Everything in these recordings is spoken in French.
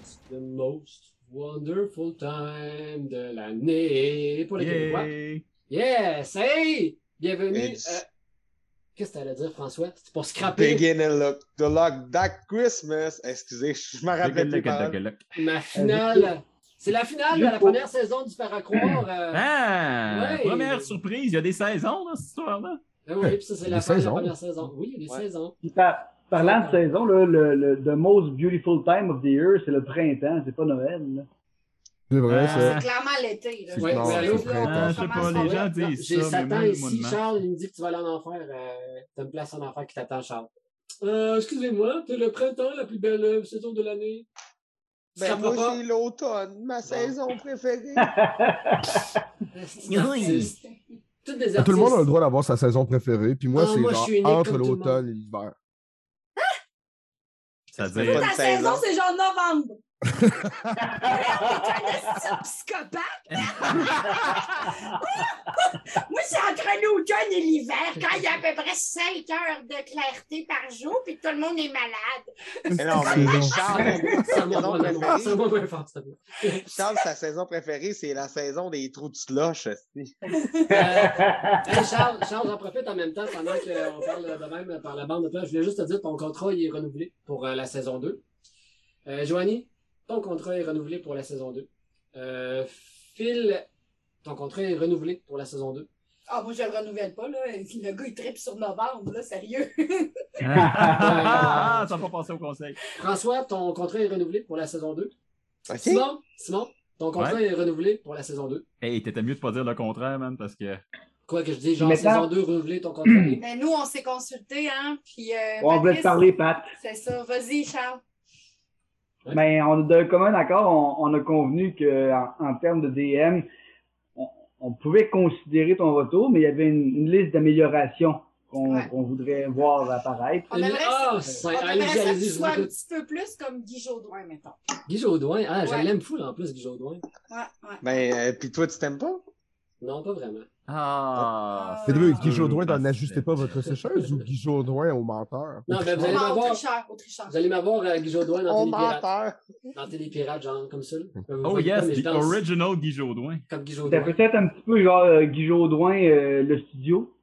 It's the most wonderful time de l'année pour les Québécois. Yes! Hey! Bienvenue! It's- euh, Qu'est-ce que t'allais dire, François? C'est pour scraper Begin and look. The lock that Christmas. Excusez, je me rappelle plus. paroles. ma finale. C'est la finale de la première saison du Paracroire. euh, Ah! Ouais. Première surprise, il y a des saisons dans cette histoire-là. euh, oui, puis ça, c'est Les la fin de la saisons. première saison. Oui, il y a des Ouais. saisons. Puis par- parlant de saison, là, le, le the most beautiful time of the year, c'est le printemps, c'est pas Noël. là. C'est vrai, Ah. ça. C'est clairement l'été. là. C'est Ouais, clair, mais allô? c'est printemps. Ah, je sais pas, les gens Non, disent J'ai ça, mais Satan moi, le mois de ici. mars. Charles, il me dit que tu vas aller en enfer. Euh, T'as une place en enfer qui t'attend, Charles. Euh, excusez-moi, c'est le printemps, la plus belle euh, saison de l'année. Tu te Ben, rappelles moi, pas? j'ai l'automne, ma saison préférée. C'est artiste. Toutes des artistes. Tout le monde a le droit d'avoir sa saison préférée, puis moi, Ah, c'est moi, je genre suis né entre comme tout le l'automne et l'hiver. C'est-à-dire, Bonne Ta saison, saison. c'est genre novembre. T'es un psychopathe. Moi, c'est entre l'automne et l'hiver, quand il y a à peu près 5 heures de clarté par jour, puis tout le monde est malade. Mais non, mais Saison. Ah, Charles, C'est un moment Saison préférée. C'est un moment fort, ça. Charles, sa saison préférée, c'est la saison des trous de slush. esti. Euh, hey, Charles, Charles, j'en profite en même temps pendant qu'on parle de même euh, par la bande de toi. Je voulais juste te dire ton contrat il est renouvelé pour euh, la saison 2. Euh, Joanie, ton contrat est renouvelé pour la saison 2. Euh, Phil, ton contrat est renouvelé pour la saison 2. Ah, moi, je le renouvelle pas, là. Le gars, il tripe sur novembre, là, sérieux. Ah, ça va pas passer au conseil. François, ton contrat est renouvelé pour la saison 2. OK? Simon, Simon, ton contrat est renouvelé pour la saison 2. Hey, t'étais mieux de pas dire le contraire, man, parce que. Quoi que je dise, genre Mais saison ça- 2, renouvelé ton contrat. est- Mais nous, on s'est consultés, hein, puis... euh, on voulait Patrice, te parler, Pat. C'est ça. Vas-y, Charles. Ouais. Mais on, de commun accord, on, on a convenu que en, en termes de DM, on, on pouvait considérer ton retour, mais il y avait une, une liste d'améliorations qu'on Ouais. qu'on voudrait voir apparaître. On aimerait, Ah, on c'est- aimerait ça allez-y, que tu allez-y, je vous sois un écoute. petit peu plus comme Guy Jodoin, mettons. Guy Jodoin, ah, je Ouais. l'aime fou en plus, Guy Jodoin. Ouais, ouais. Ben, euh, pis toi, tu t'aimes pas? Non, pas vraiment. Ah! Mais Euh, d'abord, Guy Jodoin dans parce- N'ajustez pas votre sécheuse ou Guy Jodoin au menteur? Non, ben, vous allez Non, au m'avoir. tricheur, au tricheur. Vous allez m'avoir euh, Guy Jodoin dans On Télépirate. menteur. Dans Télépirate, genre, comme ça. là. Vous Oh voyez pas, mais yes, je the danse original Guy Jodoin. Comme Guy C'était Jodoin. peut-être un petit peu genre euh, Guy Jodoin, euh, le studio.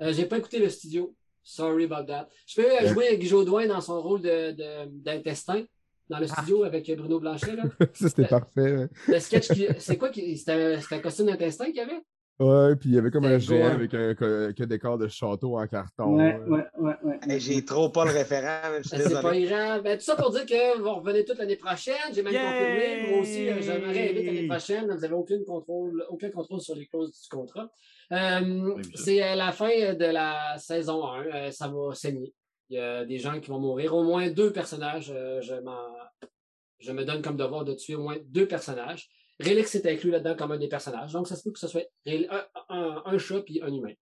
Euh, J'ai pas écouté le studio. Sorry about that. Je peux euh, jouer Guy Jodoin dans son rôle de- de- d'intestin. Dans le studio avec Bruno Blanchet, là. Ça, c'était Euh, parfait. Le sketch qui. C'est quoi qui. C'était un- c'était un costume d'intestin qu'il y avait? Ouais, puis il y avait comme un C'était géant quoi? avec un, avec un décor de château en carton. Ouais, euh. ouais, ouais, ouais. Hey, J'ai trop pas le référent, mais je suis Ben, C'est pas désolé. grave. Ben, tout ça pour dire que vous revenez toute l'année prochaine. J'ai même Yay! confirmé. Moi aussi, euh, j'aimerais inviter l'année prochaine. Vous n'avez aucun contrôle, aucun contrôle sur les clauses du contrat. Euh, Oui, ça. c'est euh, la fin euh, de la saison 1. Euh, ça va saigner. Il y a des gens qui vont mourir. Au moins deux personnages. Euh, je, m'en- je me donne comme devoir de tuer au moins deux personnages. Relix est inclus là-dedans comme un des personnages. Donc, ça se peut que ce soit Rel- un, un- un chat puis un humain.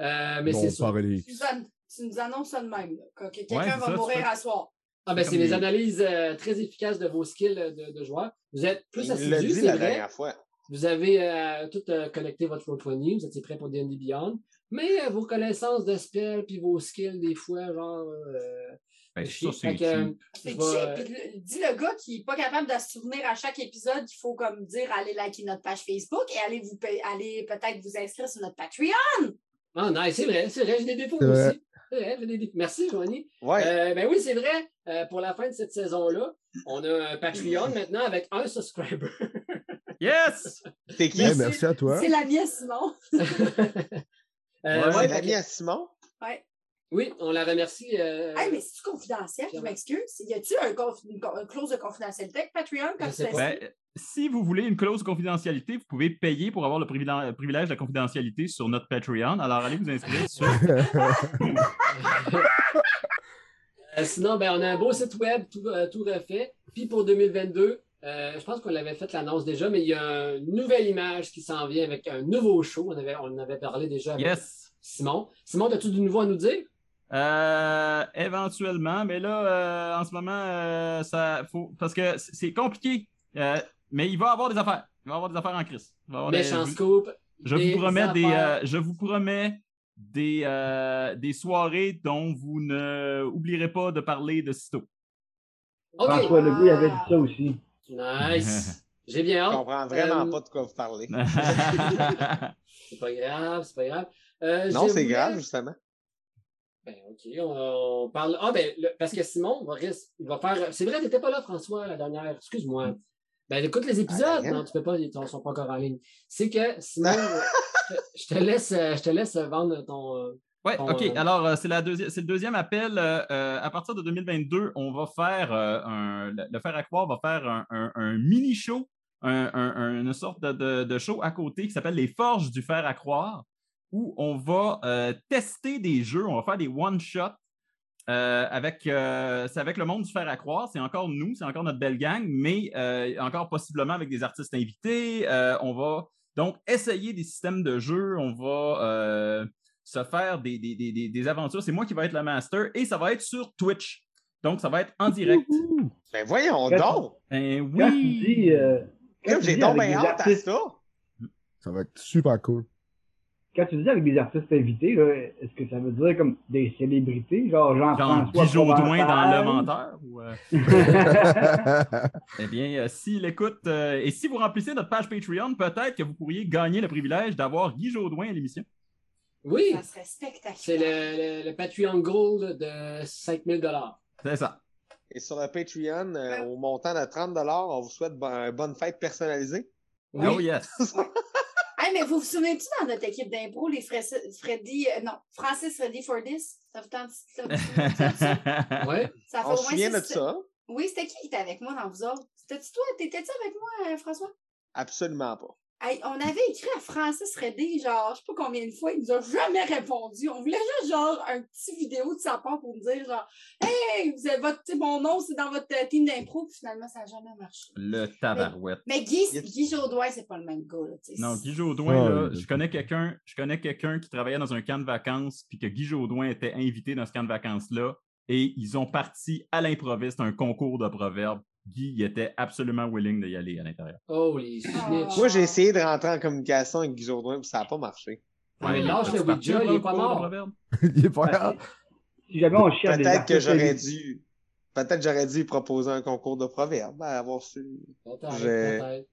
Euh, mais Non, c'est sûr. parler. Suzanne, tu nous annonces ça de même, là, que que quelqu'un Ouais, c'est va ça, tu mourir peux- à soir. Ah ben, Comme c'est mes les- analyses euh, très efficaces de vos skills euh, de, de joueur. Vous êtes plus Il l'a assidus, dit c'est la vrai. dernière fois. Vous avez euh, tout euh, connecté votre Road 20, vous étiez prêt pour D&D Beyond. Mais euh, vos connaissances de spells puis vos skills, des fois, genre... euh, Ben, chier. ça, c'est Fait que, euh, cheap. C'est je cheap. vais, euh, Puis le- Dis le gars qui n'est pas capable de se souvenir à chaque épisode, il faut comme dire allez liker notre page Facebook et allez vous pa- allez peut-être vous inscrire sur notre Patreon. Ah non, c'est vrai, c'est vrai, j'ai des défauts C'est vrai. aussi. C'est vrai, j'ai des défauts. Merci, Joanie. Ouais. Euh, ben oui, c'est vrai. Euh, pour la fin de cette saison-là, on a un Patreon maintenant avec un subscriber. Yes! T'es qui? Hey, c'est- merci à toi. C'est la mienne, Simon. Euh, Ouais, ouais, C'est fait l'ami à Simon? que- oui, on la remercie. euh, Hey, mais c'est-tu confidentiel? Je Pierre. m'excuse. Y a-tu un conf- une, co- une clause de confidentialité avec Patreon Je comme sais ça? pas. Ben, si vous voulez une clause de confidentialité, vous pouvez payer pour avoir le privila- le privilège de la confidentialité sur notre Patreon. Alors allez vous inscrire sur. Euh, sinon, ben, on a un beau site web tout, euh, tout refait. Puis pour 2022, euh, je pense qu'on l'avait fait l'annonce déjà, mais il y a une nouvelle image qui s'en vient avec un nouveau show. On, avait, on en avait parlé déjà avec Yes. Simon. Simon, as-tu du nouveau à nous dire? Euh, éventuellement, mais là, euh, en ce moment, euh, ça faut. Parce que c- c'est compliqué. euh, mais il va avoir des affaires. Il va avoir des affaires en crise. Il va avoir des- Méchant je- scoop. Je des vous promets des, affaires. euh, je vous promets des, euh, des soirées dont vous ne oublierez pas de parler de sitôt. euh, OK. François Legault, il avait dit ça aussi. Nice. J'ai bien Je hâte. comprends vraiment Euh, pas de quoi vous parlez. C'est pas grave, c'est pas grave. Euh, Non, j'ai c'est voulu- grave, justement. Ben, OK, on, on parle. Ah, ben, le- parce que Simon va, ris- il va faire. C'est vrai, t'étais pas là, François, la dernière. Excuse-moi. Mm. Ben, écoute les Ah, épisodes. rien. non, tu peux pas, ils sont sont pas encore en ligne. C'est que Simon, je, te- je te laisse, euh, je te laisse vendre ton. euh, Ouais, Bon, OK. euh, Alors, euh, c'est la deuxième, c'est le deuxième appel. euh, euh, à partir de 2022, on va faire euh, un, le le faire à croire va faire un, un- un mini show, un- un- un- une sorte de, de- de show à côté qui s'appelle les Forges du fer à croire, où on va euh, tester des jeux, on va faire des one shots. avec, euh, c'est avec le monde du fer à croire, c'est encore nous, c'est encore notre belle gang, mais euh, encore possiblement avec des artistes invités. Euh, on va donc essayer des systèmes de jeu, on va euh, se faire des, des- des- des- des aventures. C'est moi qui vais être le master et ça va être sur Twitch. Donc, ça va être en direct. Ben voyons Quatre- donc! Ben Quand tu dis, oui! euh, quand tu J'ai dis donc avec bien des hâte à artistes- ça! Ça va être super cool. Quand tu dis avec des artistes invités, là, est-ce que ça veut dire comme des célébrités, genre Dans Jean-François Bijodoin, dans Provençal? le menteur. ou, euh, Eh bien, euh, s'il écoute euh, et si vous remplissez notre page Patreon, peut-être que vous pourriez gagner le privilège d'avoir Guy Jodoin à l'émission. Oui, Ben- Ça serait c'est spectaculaire. le, le, le Patreon Gold de 5000 C'est ça. Et sur le Patreon, euh, au montant de 30 on vous souhaite bon- une bonne fête personnalisée. Oui, Oh yes. Hey, mais vous vous souvenez-tu dans notre équipe d'impro, les Fres- Freddy, euh, non, Francis Freddy Fordis? Ça vous tente? Ça, vous- ça vous tente ça? ouais. Ça fait on au se moins souvient de six- ça? Oui, c'était qui qui était avec moi dans vous autres? C'était-tu toi? T'étais-tu avec moi, euh, François? Absolument pas. Hey, on avait écrit à Francis Redé, genre, je sais pas combien de fois, il nous a jamais répondu. On voulait juste, genre, un petit vidéo de sa part pour nous dire, genre, hey, vous avez votre, tu sais, mon nom, c'est dans votre euh, team d'impro, puis finalement, ça n'a jamais marché. Le tabarouette. Ah, Mais Guy, Il y a- Guy Jodoin, c'est pas le même gars, là, tu sais. Non, Guy Jodoin, là, Oh, il est- je connais quelqu'un, je connais quelqu'un qui travaillait dans un camp de vacances, puis que Guy Jodoin était invité dans ce camp de vacances-là, et ils ont parti à l'improviste un concours de proverbes. Guy il était absolument willing d'y aller à l'intérieur. Holy Ah. snitch. Moi, j'ai essayé de rentrer en communication avec Guy Jourdain, puis ça n'a pas marché. Ouais, mais il est lâche le parti Ouija, dans il est pas concours de mort. proverbes. Il est pas Si jamais on cherche des Peut-être que artistes j'aurais invités- dû. Peut-être j'aurais dû proposer un concours de proverbes à avoir su. Peut-être, J'ai- peut-être.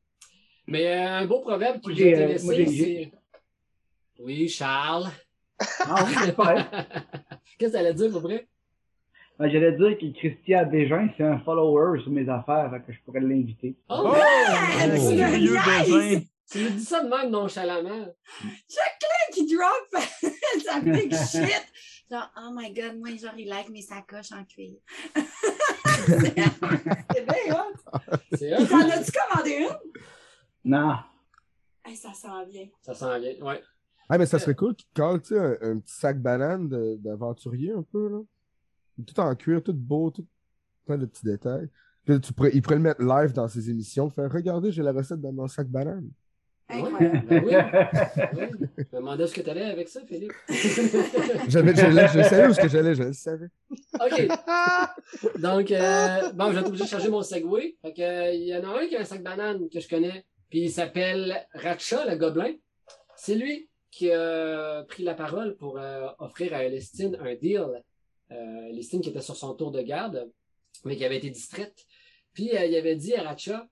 Mais euh, un beau proverbe qui Moi, nous j'ai, a euh, moi, intéressé, c'est. j'ai- Oui, Charles. Non, Ah c'est pas vrai. Qu'est-ce que t'allais dire, pour vrai? Ben, J'allais dire que Christian Bégin, c'est un follower sur mes affaires, fait que je pourrais l'inviter. Oh, Oh! Ah, mon tu me Dieu, niaises! Bégin! Tu nous dis ça de même nonchalamment. qui drop sa big shit. Genre, oh my god, moi, genre, il like mes sacoches en cuir. c'est bien, hein? C'est T'en hot. as-tu commandé une? Non. Hey, ça sent bien. Ça s'en vient, ouais. Ah, mais ça serait cool qu'il colle, tu sais, un, un petit sac banane de- d'aventurier un peu, là. Tout en cuir, tout beau, tout plein de petits détails. Puis là, tu pourrais, il pourrait le mettre live dans ses émissions, faire Regardez, j'ai la recette dans mon sac banane. Incroyable. Ben Euh, oui, ben oui. Je me demandais ce que t'allais avec ça, Philippe. J'avais, je, l'ai- je le savais où ce que j'allais, je le savais. OK. Ah! Donc, euh, bon, je vais être obligé de charger mon Segway. Fait que, euh, il y en a un qui a un sac banane que je connais, puis il s'appelle Ratcha, le gobelin. C'est lui qui a pris la parole pour euh, offrir à Elestine un deal. Euh, Elestine qui était sur son tour de garde, mais qui avait été distraite. Puis, euh, il avait dit à Ratcha,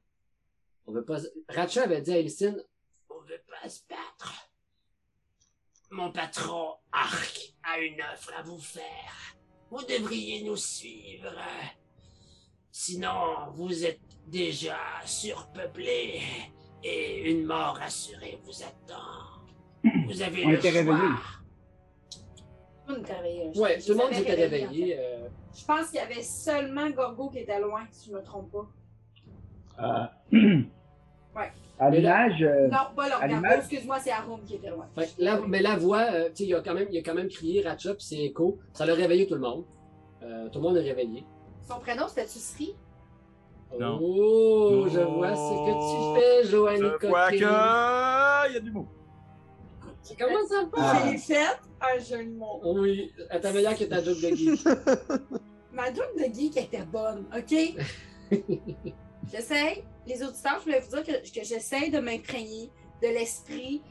on veut pas... se- Ratcha avait dit à Elestine, on veut pas se battre. Mon patron, Arc, a une offre à vous faire. Vous devriez nous suivre. Sinon, vous êtes déjà surpeuplé et une mort assurée vous attend. Vous avez On le était réveillés. choix. Tout le monde était réveillé. Je- Ouais, je tout le monde savais s'était qu'elle était réveillé. bien. euh, Je pense qu'il y avait seulement Gorgo qui était loin, si je me trompe pas. À Mais là- l'image, euh, Non, pas là, Animal? Gorgo, excuse-moi, c'est Arum qui était loin. Fait que la- mais la voix, euh, tu sais, il a quand même, il a quand même crié Ratcha puis c'est écho. Ça l'a réveillé tout le monde. Euh, Euh, tout le monde est réveillé. Son prénom, c'était-tu Sri? Non. Oh, Non. je vois ce que tu fais, Joannie Je vois que. ah, Coquet. Il y a du mot. Comment ça va? Ah. J'ai fait un jeu de mots. Oh Oui, elle t'a meilleure que ta joke de geek. Ma joke de geek était bonne, OK? J'essaye, les auditeurs, je voulais vous dire que, que j'essaye de m'imprégner de l'esprit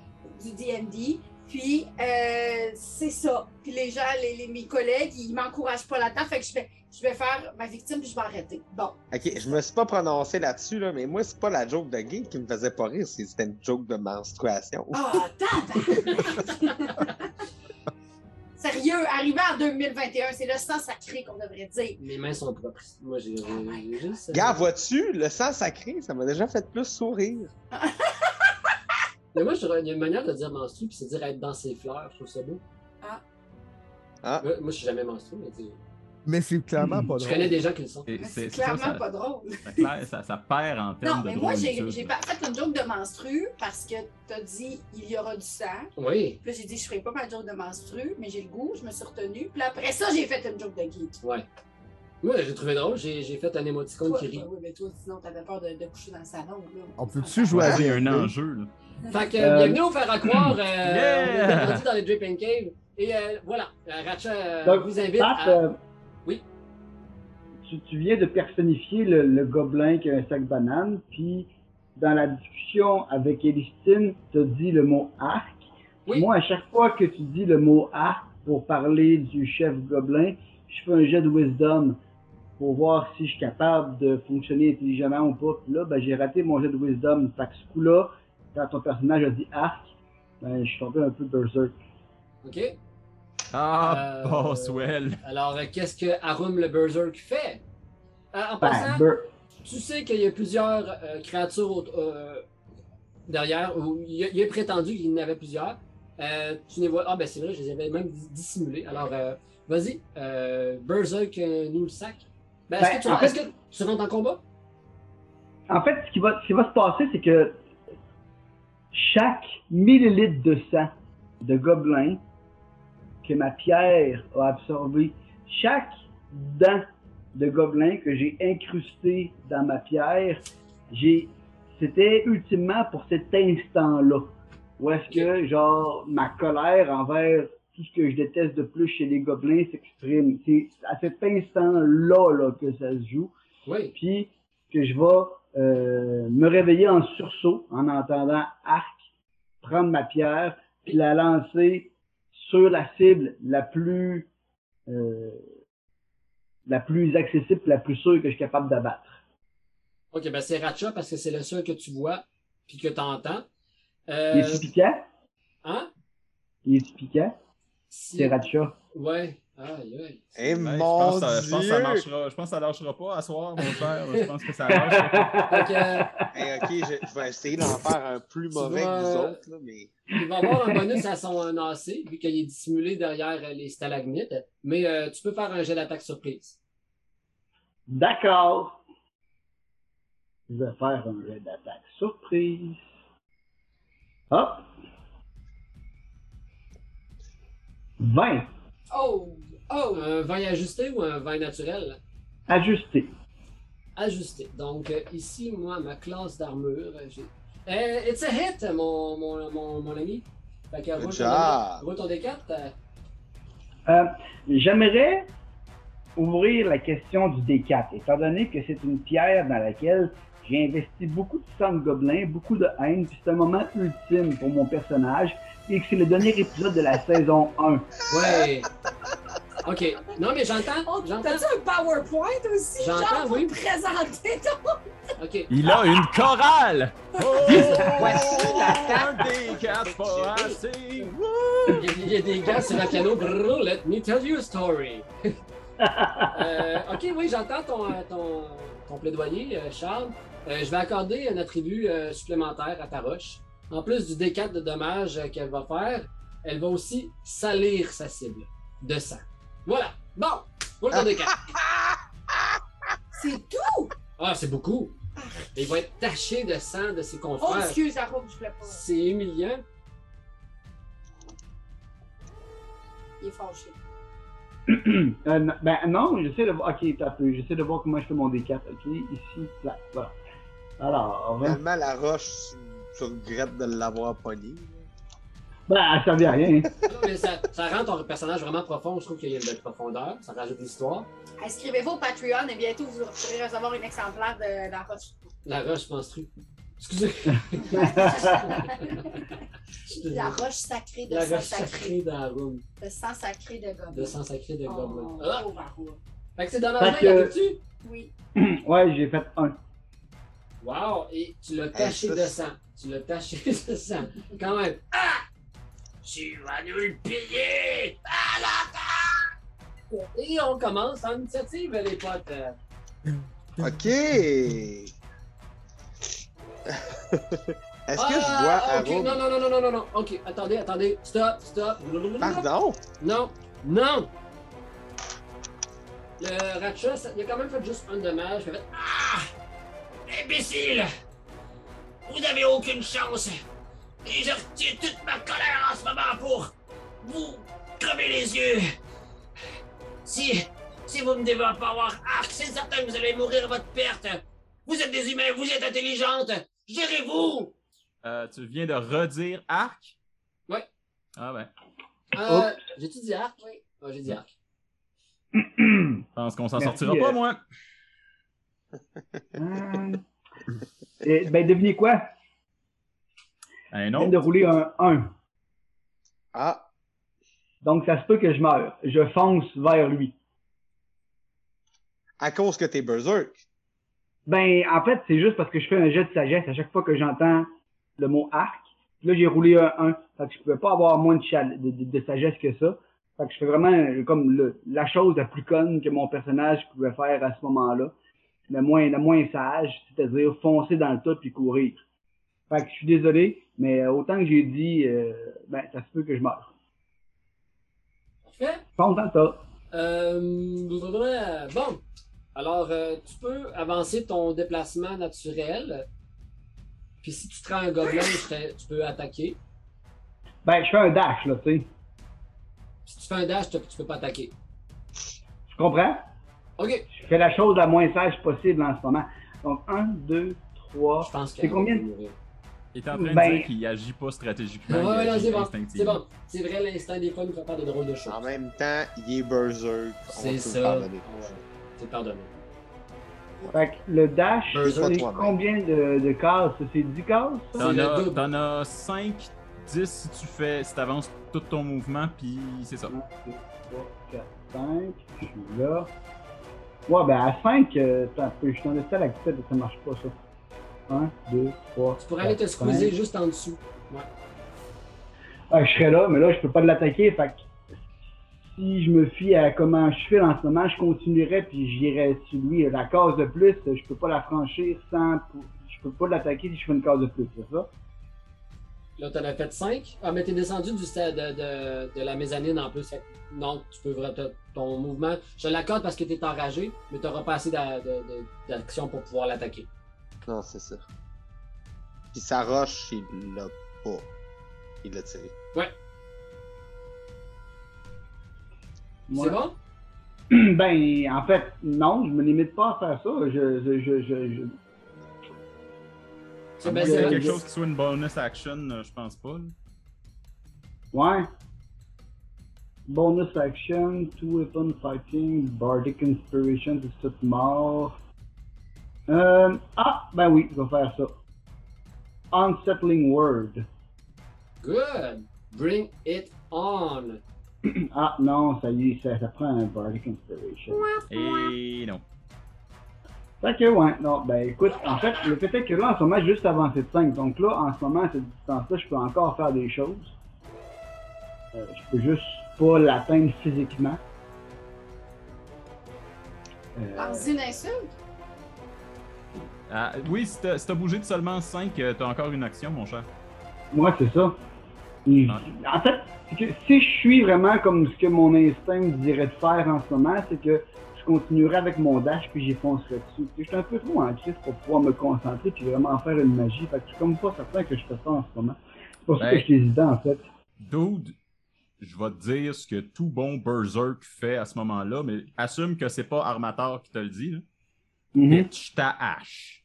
du D&D. Puis, euh, c'est ça. Puis les gens, les, les- mes collègues, ils m'encouragent pas là-dedans. Fait que je vais, je vais faire ma victime puis je vais arrêter. Bon. Ok, je me suis pas prononcé là-dessus, là, mais moi, c'est pas la joke de gay qui me faisait pas rire, c'est- c'était une joke de menstruation. Ah, tabarnak! Sérieux, arrivé en 2021, c'est le sang sacré qu'on devrait dire. Mes mains sont propres. Moi, j'ai Oh my j'ai juste. Gars, vois-tu, le sang sacré, ça m'a déjà fait plus sourire. Mais moi, je dirais, il y a une manière de dire menstru, puis c'est dire être dans ses fleurs. Je trouve ça beau. Ah. Moi, moi, je suis jamais menstru, mais tu sais, Mais c'est clairement Hmm. pas je drôle. connais des gens qui le sont. Et Mais c'est- C'est c'est ça, clairement ça- pas drôle. ça clair- ça- ça perd en termes Non, de mais moi, j'ai drôlitude, j'ai là. pas fait une joke de menstru parce que t'as dit il y aura du sang. Oui, Puis là, j'ai dit je ferai pas ma joke de menstru, mais j'ai le goût, je me suis retenue. Puis là, après ça, j'ai fait une joke de geek. ouais. Moi, j'ai trouvé drôle. J'ai j'ai fait un émoticône Toi, qui rit. toi, oui, mais toi, sinon, t'avais peur de, de coucher dans le salon. Là. On peut-tu jouer Ouais, à il y a un D&D? enjeu. là. Fait que, Euh, bienvenue au Faire à croire. Euh, Yeah! On est rendu dans les Drip and Cave. Et euh, voilà, euh, Ratcha euh, Donc, vous invite Pat, à... euh, Oui. Tu, tu viens de personnifier le, le gobelin qui a un sac banane, puis dans la discussion avec Elistine, tu as dit le mot arc. Oui. Moi, à chaque fois que tu dis le mot arc pour parler du chef gobelin, je fais un jet de wisdom pour voir si je suis capable de fonctionner intelligemment ou pas. Puis là, ben, j'ai raté mon jet de wisdom. Fait que ce coup-là, quand ton personnage a dit arc, ben, je suis tombé un peu berserk. OK? Ah, Euh, Boswell. Alors, euh, qu'est-ce que Arum le Berserk fait? Euh, en Ben, passant, ber- tu sais qu'il y a plusieurs euh, créatures au- euh, derrière, ou il, a- il est prétendu qu'il y en avait plusieurs. Euh, tu les vois. Ah, ben c'est vrai, je les avais même dis- dissimulés. Alors, euh, vas-y, euh, Berserk euh, nous le sac. Ben, est-ce Ben, que, tu- en fait- est-ce que tu rentres en combat? En fait, ce qui va, ce qui va se passer, c'est que chaque millilitre de sang de gobelin que ma pierre a absorbé, chaque dent de gobelin que j'ai incrusté dans ma pierre, j'ai, c'était ultimement pour cet instant-là. Où est-ce que, genre, ma colère envers tout ce que je déteste de plus chez les gobelins s'exprime. C'est à cet instant-là, là, que ça se joue Oui. puis que je vais euh, me réveiller en sursaut en entendant arc prendre ma pierre puis la lancer sur la cible la plus euh, la plus accessible, la plus sûre que je suis capable d'abattre. Ok, ben c'est Ratcha parce que c'est le seul que tu vois puis que tu entends. Il Euh, est piquant, hein? il est piquant, Si- c'est Ratcha. Ouais. Aïe, aïe. Eh Ouais, je, mon pense, que ça- je pense que ça Dieu! marchera, je pense que ça lâchera pas à soir, mon cher. Je pense que ça lâchera pas. Fait que, euh, Eh, ok, je, je vais essayer d'en faire un plus Tu mauvais que vous euh, dois- autres, là, mais. Il va avoir un bonus à son euh, AC, vu qu'il est dissimulé derrière euh, les stalagmites. Mais euh, tu peux faire un jet d'attaque surprise. D'accord. Je vais faire un jet d'attaque surprise. Hop. 20. Oh! Oh! Un vin ajusté ou un vin naturel? Ajusté. Ajusté. Donc euh, ici, moi, ma classe d'armure, euh, j'ai... Eh, it's a hit, mon, mon, mon, mon ami. Fait que roule ton, job. roule ton D4. euh, Euh, J'aimerais ouvrir la question du D4, étant donné que c'est une pierre dans laquelle j'ai investi beaucoup de sang de gobelin, beaucoup de haine, puis c'est un moment ultime pour mon personnage, et que c'est le dernier épisode de la saison 1. Ouais. OK. Non, mais j'entends. Oh, J'entends. T'as-tu un PowerPoint aussi? J'entends, Genre, oui. pour présenter ton... OK. Il a une chorale! Voici Oh! Un des quatre pas assez. Il y a- il y, a des gars sur un piano. Brrr, let me tell you a story. Euh, ok, oui, j'entends ton, euh, ton, ton plaidoyer, euh, Charles. Euh, je vais accorder un attribut euh, supplémentaire à ta roche. En plus du D4 de dommages euh, qu'elle va faire, elle va aussi salir sa cible de sang. Voilà. Bon, roule ton D4. C'est tout! Ah, c'est beaucoup. Il va être taché de sang de ses Oh, confrères. excuse, la robe, je voulais pas. C'est humiliant. Il est fâché. Euh, non- ben non, j'essaie de voir. Ok, t'as peu. J'essaie de voir comment je fais mon D4. Ok, ici, là, voilà. Alors, hein. Finalement, la roche, tu, tu regrettes de l'avoir pognée. ben, elle servait à rien. Non, mais ça, ça rend ton personnage vraiment profond. Je trouve qu'il y a une belle profondeur. Ça rajoute l'histoire. Inscrivez-vous au Patreon et bientôt vous pourrez recevoir un exemplaire de la roche. La roche menstrue. Excusez. la roche sacrée de La sang roche sacré. sacrée dans la room. De sang sacré de gomme. De sang sacré de Oh, gobelin. Ah! pauvre Arrow. Fait que c'est dans la Fait main, que- tu Oui. ouais, j'ai fait un. Wow! Et tu l'as taché ça, de c'est- sang. Tu l'as taché de sang. Quand même. Ah! Tu vas nous le payer! À la fin! Et on commence en initiative, les potes. Euh, OK! Est-ce que je vois ah, ok, Harold- Non, non, non, non, non, non, non. Ok, attendez, attendez. Stop, stop. Pardon? Non, non! Le Ratcha, ça- il a quand même fait juste un dommage. Il a fait Ah! Imbécile! Vous n'avez aucune chance! Et j'ai retiré toute ma colère en ce moment pour vous crever les yeux! Si, si vous ne devez pas avoir arc, c'est certain que vous allez mourir à votre perte! Vous êtes des humains, vous êtes intelligentes! Gérez-vous! Euh, tu viens de redire arc? Ouais. Ah ben, Euh, j'ai-tu dit arc? Oui. Ah, j'ai dit arc. je pense qu'on s'en Merci, sortira euh. pas, moi. Hum. Et, ben, devinez quoi? Eh Je viens non. de rouler un 1. Ah, Donc, ça se peut que je meure. Je fonce vers lui. à cause que t'es berserk. Ben, en fait, c'est juste parce que je fais un jet de sagesse à chaque fois que j'entends le mot arc. Puis Là, j'ai roulé un 1. Fait que je pouvais pas avoir moins de, chal- de, de- de sagesse que ça. Fait que je fais vraiment euh, comme le- la chose la plus conne que mon personnage pouvait faire à ce moment-là. Le moins, le moins sage, c'est-à-dire foncer dans le tas puis courir. Fait que je suis désolé, mais euh, autant que j'ai dit, euh, ben, ça se peut que je meure. Parfait. Fonce dans le tas. Euh, blablabla. bon, alors euh, tu peux avancer ton déplacement naturel. Puis si tu te rends un gobelin, je serais- tu peux attaquer. Ben, je fais un dash, là, tu sais. Si tu fais un dash, tu tu peux pas attaquer. Tu comprends? Ok, Je fais la chose la moins sage possible en ce moment. Donc, 1, 2, 3, je pense que. C'est combien de- Il est en train de Ben- dire qu'il agit pas stratégiquement. Ouais, il ouais, non, agit c'est bon. instinctivement. C'est bon. C'est vrai, l'instinct des fois nous fait faire des drôles de choses. Ah, En même temps, il est berserk. On peut C'est le ça. pardonner. Ouais, C'est pardonné. Fait que le dash, Deux fois c'est toi-même. combien de, de cases? ça? C'est 10 cases, ça? C'est T'en le as, double. t'en as 5, 10 si tu fais, si t'avances tout ton mouvement, puis c'est ça. 1, 2, 3, 4, 5. Je suis là. Ouais, ben à 5, euh, attends un peu, je suis dans le stade à 17 ça marche pas, ça. 1, 2, 3. Tu pourrais aller te squeezer juste en dessous. Ah, je serais là, mais là, je peux pas l'attaquer. Fait que si je me fie à comment je file en ce moment, je continuerais puis j'irais sur lui. La case de plus, je peux pas la franchir sans. Je peux pas l'attaquer si je fais une case de plus, c'est ça? Là, t'en as fait 5. Ah, mais t'es descendu du stade de, de- de la mezzanine en plus. Fait que Non, tu peux vraiment t'as- ton mouvement. Je te l'accorde parce que t'es enragé, mais t'auras pas assez d'a- de- de- d'action pour pouvoir l'attaquer. Non, c'est ça. Puis sa roche, il l'a pas. Il l'a tiré. Ouais. C'est bon? Ben, en fait, non, je me limite pas à faire ça. Je, je, je, je, je- C'est Ben, ben, si y a c'est euh, bon. quelque chose qui soit une bonus action, euh, je pense pas. là. Ouais. Bonus action, two weapon fighting, bardic inspiration, c'est tout mort. Euh, ah, ben oui, je vais faire ça. Unsettling word. Good! Bring it on! Ah non, ça y est, ça, ça prend un bardic inspiration. Et non. Fait que ouais, non, ben écoute, en fait, le fait est que là, en ce moment, j'ai juste avancé de 5. Donc là, en ce moment, à cette distance-là, je peux encore faire des choses. Euh, je peux juste pas l'atteindre physiquement. Euh, Lance une insulte. Ah, oui, si t'as, si t'as bougé de seulement 5, t'as encore une action, mon cher. ouais, c'est ça. Et- En fait, c'est que si je suis vraiment comme ce que mon instinct me dirait de faire en ce moment, c'est que je continuerai avec mon dash puis j'y foncerai dessus. Je suis un peu trop en crise pour pouvoir me concentrer puis vraiment faire une magie. Fait que je suis comme pas certain que je fais ça en ce moment. C'est pour ça Ben. que je suis hésitant en fait. Dude, je vais te dire ce que tout bon berserk fait à ce moment-là, mais assume que c'est pas Armator qui te le dit. là. Mhm. Bitch ta hache.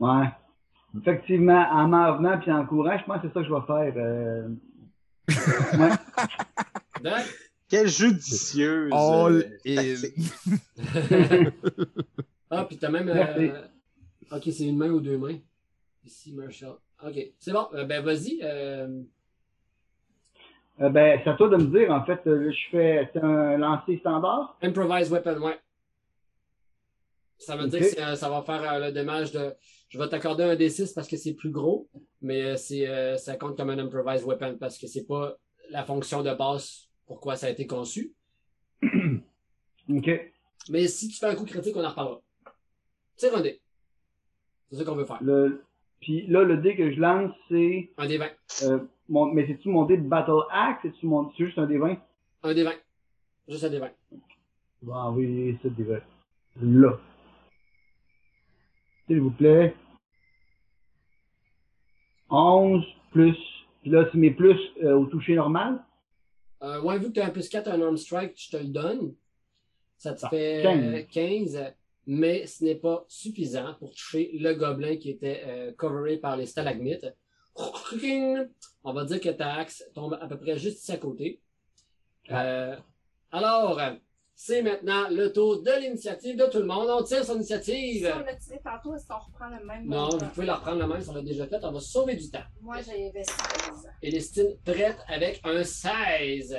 Ouais. Effectivement, en m'en venant puis en courant, je pense que c'est ça que je vais faire. euh. Doc? Quelle judicieuse. All euh, in. tactique. ah, puis t'as même. euh, Merci. Ok, c'est une main ou deux mains. Ici, Marshall. Ok, c'est bon. Euh, ben, vas-y. euh, Euh, ben, c'est à toi de me dire, en fait, euh, je fais c'est un lancer standard. improvise weapon, ouais. Ça veut dire Ok. que c'est, euh, ça va faire euh, le dommage de. Je vais t'accorder un D6 parce que c'est plus gros, mais euh, c'est, euh, ça compte comme un improvised weapon parce que c'est pas la fonction de base pourquoi ça a été conçu. OK. Mais si tu fais un coup critique, on en reparlera. Tire un dé. C'est ça qu'on veut faire. Le... Puis là, le dé que je lance, c'est. Un dé 20. euh, mon... Mais c'est-tu mon dé de Battle Axe? C'est-tu mon... c'est juste un dé 20? Un dé 20. Juste un dé 20. Je vais envoyer ça direct. Là. S'il vous plaît. 11 plus. Puis là, c'est mes plus euh, au toucher normal. Euh, ouais, vu que tu as un plus 4, un arm strike, je te le donne. Ça te Ah, fait 15. euh, 15, mais ce n'est pas suffisant pour toucher le gobelin qui était euh, coveré par les stalagmites. On va dire que ta axe tombe à peu près juste ici à côté. Euh, alors, c'est maintenant le tour de l'initiative de tout le monde. On tire son Si initiative. on l'a tiré tantôt, est-ce qu'on reprend le même Non, montant? vous pouvez la reprendre la main, ça l'a déjà fait. On va sauver du temps. Moi, j'ai investi. Et Lestine traite avec un 16.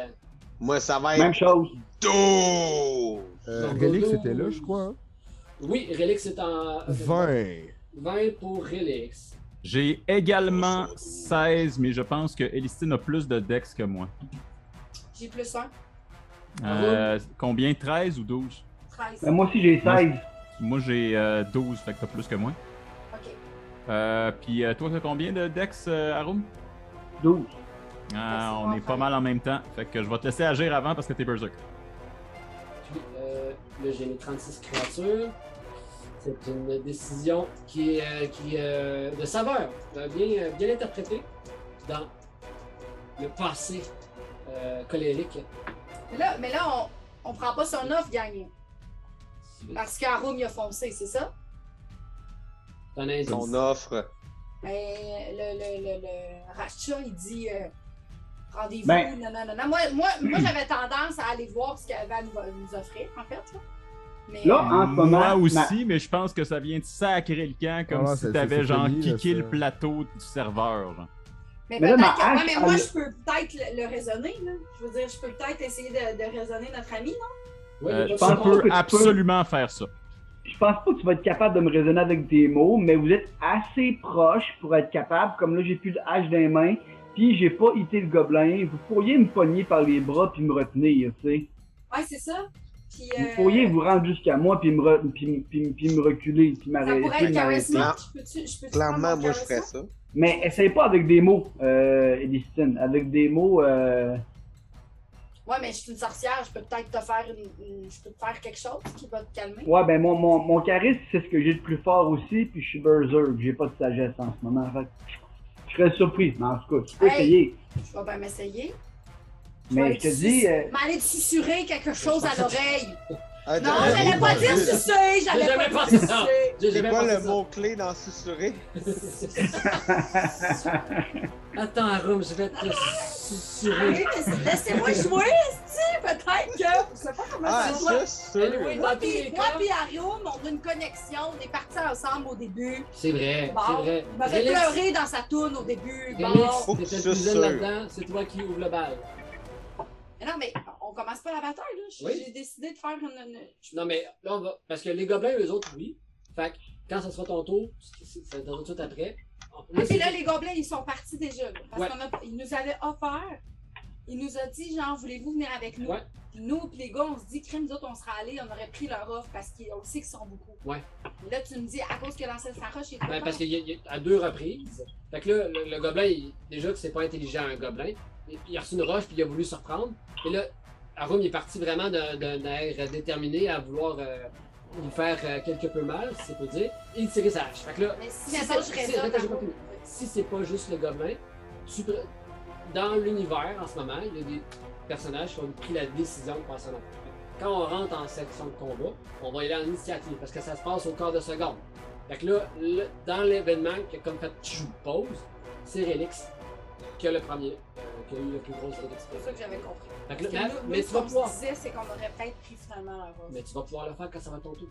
Moi, ça va Même être chose. tout. Euh, Donc, Relic, Dodo- c'était là, je crois. hein. Oui, Relix est en... euh, 20. 20 pour Relix. J'ai également 16, mais je pense que Elistine a plus de dex que moi. J'ai plus un, Euh, combien 13 ou 12 13. Ben, moi aussi, j'ai Moi, 16. Moi j'ai euh, 12, fait que t'as plus que moi. OK. Euh, Puis euh, toi, t'as combien de dex, euh, Harum 12. Ah, Merci, on est bon pas travail. mal en même temps. Fait que je vais te laisser agir avant parce que t'es berserk. Puis euh, là, j'ai mes 36 créatures. C'est une décision qui est euh, qui, est, euh, de saveur, euh, bien, euh, bien interprétée dans le passé euh, colérique. Mais là, mais là on, on prend pas son offre, gang. Parce qu'Arum, il a foncé, c'est ça? T'en as un Ton offre. Mais le, le, le, le Racha, il dit euh, rendez-vous, Ben- non, non, non, non. Moi, moi, moi j'avais tendance à aller voir ce qu'elle avait à nous, nous offrir, en fait. là. Mais Là, en ce moment. Moi aussi, ma- mais je pense que ça vient de sacrer le camp comme Ah, si c'est- t'avais c'est- c'est genre fini, là, kické ça. le plateau du serveur. genre. Mais, Mais là, peut-être ma que- hache, ouais, mais moi, elle- je peux peut-être le, le raisonner. Là. Je veux dire, je peux peut-être essayer de, de raisonner notre ami, non? Ouais, Euh, il y a tu pas de seconde. pense pas que peux tu peux. absolument faire ça. Je pense pas que tu vas être capable de me raisonner avec des mots, mais vous êtes assez proche pour être capable. Comme là, j'ai plus de hache dans les mains, puis j'ai pas hité le gobelin. Vous pourriez me pogner par les bras puis me retenir, tu sais. Ouais, c'est ça. Puis, Vous euh, pourriez vous rendre jusqu'à moi puis me, re- puis, me- puis me- puis me reculer puis Ça m'arrêter. pourrait être m'arrêter. charismatique. Je peux-tu- je peux-tu prendre Clairement, mon moi, je ferais charisme? ça. Mais essaye pas avec des mots, euh, Elistine. Avec des mots, euh, Ouais, mais je suis une sorcière, je peux peut-être te faire une, une- je peux te faire quelque chose qui va te calmer. ouais, ben mon, mon, mon charisme, c'est ce que j'ai de plus fort aussi, puis je suis berserk, j'ai pas de sagesse en ce moment. Fait que je serais surpris, mais en tout cas, tu peux Hey! essayer. Je vais bien m'essayer. Mais vais je te aller dis, sus- euh, M'aller te susurrer quelque chose à l'oreille. Ah, Non, t'as- j'allais pas dire sucer, J'ai j'allais jamais pas pensé dire ça. sucer. J'ai C'est jamais quoi pensé le ça. mot-clé dans susurrer? Attends, Room, je vais te susurrer. Arrête, laisse- Laissez-moi jouer, esti, peut-être que. Je sais pas comment Ah, ça se voit. ça, Anyway, sûr. Moi dans tous les pis, moi cas- pis Arium, on a une connexion, on est partis ensemble au début. C'est vrai, Bon, c'est vrai. il m'avait Relix, pleuré dans sa toune au début. Relix, Bon. t'étais Faut que plus je jeune suce. là-dedans, c'est toi qui ouvre le bal. Mais non, mais on commence pas la bataille, là. J- Oui. J'ai décidé de faire une. une- Non, mais là, on va. Parce que les gobelins, eux autres, oui. Fait que quand ça sera ton tour, c- c- ça sera tout après. Ah, puis c'est- là, les gobelins, ils sont partis déjà. là, parce Ouais. qu'on a- ils nous avaient offert. Il nous a dit, genre, voulez-vous venir avec nous? Ouais. Puis nous, puis les gars, on se dit, crime, nous autres, on serait allés, on aurait pris leur offre parce qu'on sait qu'ils sont beaucoup. Ouais. Mais Là, tu me dis, à cause que l'ancien Saroche est Ben, content. parce qu'il y a- il y a à deux reprises. Fait que là, le, le gobelin, il- déjà que c'est pas intelligent un gobelin, il, il a reçu une roche puis il a voulu se reprendre. Et là, Arum il est parti vraiment d'un d'un air déterminé à vouloir euh, nous faire euh, quelque peu mal, si c'est peut dire, et il tirait sa hache. Fait que là, Mais si, Si mettons, c'est- je si- raisonne. attends, j'ai Arnaud. pas fini. si c'est pas juste le gobelin, tu pre- dans l'univers en ce moment, il y a des personnages qui ont pris la décision de passer à l'autre. Quand on rentre en section de combat, on va y aller en initiative parce que ça se passe au quart de seconde. Fait que là, le- dans l'événement qui a comme fait tchou, pause, c'est Relix qui a le premier, euh, qui a eu le plus gros rate C'est pour ça que j'avais compris. Fait que Parce que là, nous, nous, mais, ce tu vas qu'on pouvoir, se disait, c'est qu'on aurait peut-être pris finalement la rose. mais tu vas pouvoir le faire quand ça va être ton tour.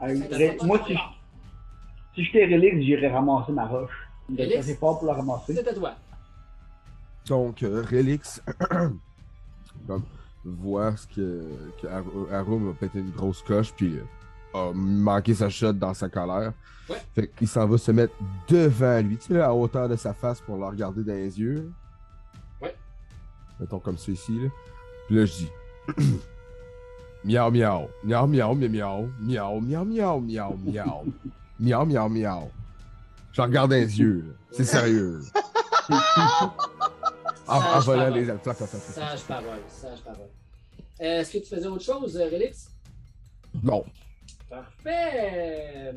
Un Ça, vrai- ça va Ah, moi, pas si, tard. si j'étais Relix, j'irais ramasser ma roche. Relix? C'est fort pour la ramasser. C'est à toi. Donc, euh, Relix comme, voit ce que, que Ar- Arum a pété une grosse coche, puis euh, a manqué sa shot dans sa colère. Ouais. Fait qu'il s'en va se mettre devant lui, tu sais, là, à hauteur de sa face pour la regarder dans les yeux. Ouais. Mettons comme ceci, là. Puis là, je dis. Miaou, miaou, miaou, miaou, miaou, miaou, miaou, miaou, miaou, miaou, miaou, miaou, miaou. Je la regarde dans les yeux, là. C'est sérieux. En, en Sage volant parole. les alpes. Flap, flap, flap, flap. Sage parole, sage parole. Euh, Est-ce que tu faisais autre chose, euh, Relix? Non. Parfait!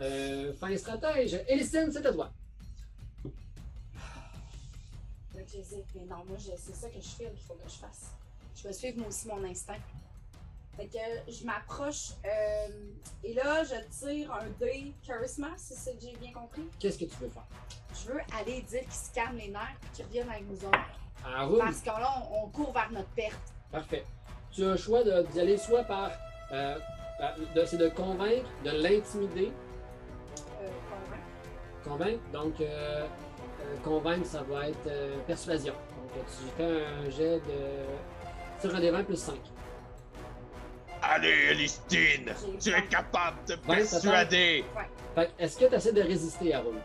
Euh, fin stratège. Elison, c'est à toi. Là, j'hésite, mais non, moi, je- c'est ça que je file qu'il faut que je fasse. Je vais suivre moi aussi mon instinct. Fait que je m'approche euh, et là, je tire un dé charisma, si c'est que j'ai bien compris. Qu'est-ce que tu veux faire? Je veux aller dire qu'ils se calment les nerfs et qu'ils reviennent avec nous autres. En route. Parce que là, on, on court vers notre perte. Parfait. Tu as le choix de- d'y aller soit par. euh, par- de- c'est de convaincre, de l'intimider. Euh, convaincre. Convaincre, donc. euh, euh, convaincre, ça va être euh, persuasion. Donc, euh, tu fais un jet de. Sur un des 20 plus 5. Allez, Elistine, J'ai tu faim. es capable de Ouais, ça persuader. Fait que, est-ce que tu essaies de résister à Rome?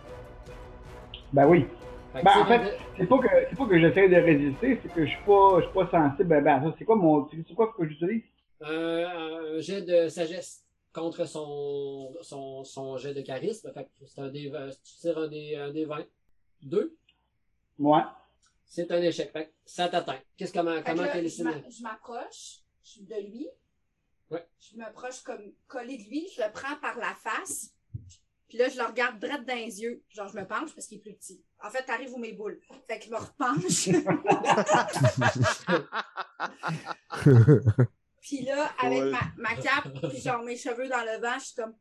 Ben oui. Fait que Ben, tu en sais, fait- de- C'est pas que c'est pas que j'essaie de résister, c'est que je suis pas je suis pas sensible à ben, ça. C'est quoi mon c'est quoi que j'utilise Euh, un, un jet de sagesse contre son, son, son jet de charisme. Fait que c'est un des, vingt- tu tires un des, un des 20. Deux, Moi. c'est un échec. Fait que ça t'atteint. Qu'est-ce comment, Fait que comment là, t'es je laissé- m'a- je m'approche je suis de lui. Ouais. Je m'approche comme collé de lui, je le prends par la face. Puis là, je le regarde droit dans les yeux. Genre, je me penche parce qu'il est plus petit. En fait, t'arrives où mes boules. Fait que je me repenche. Puis là, avec Ouais. ma, ma cape, puis genre mes cheveux dans le vent, je suis comme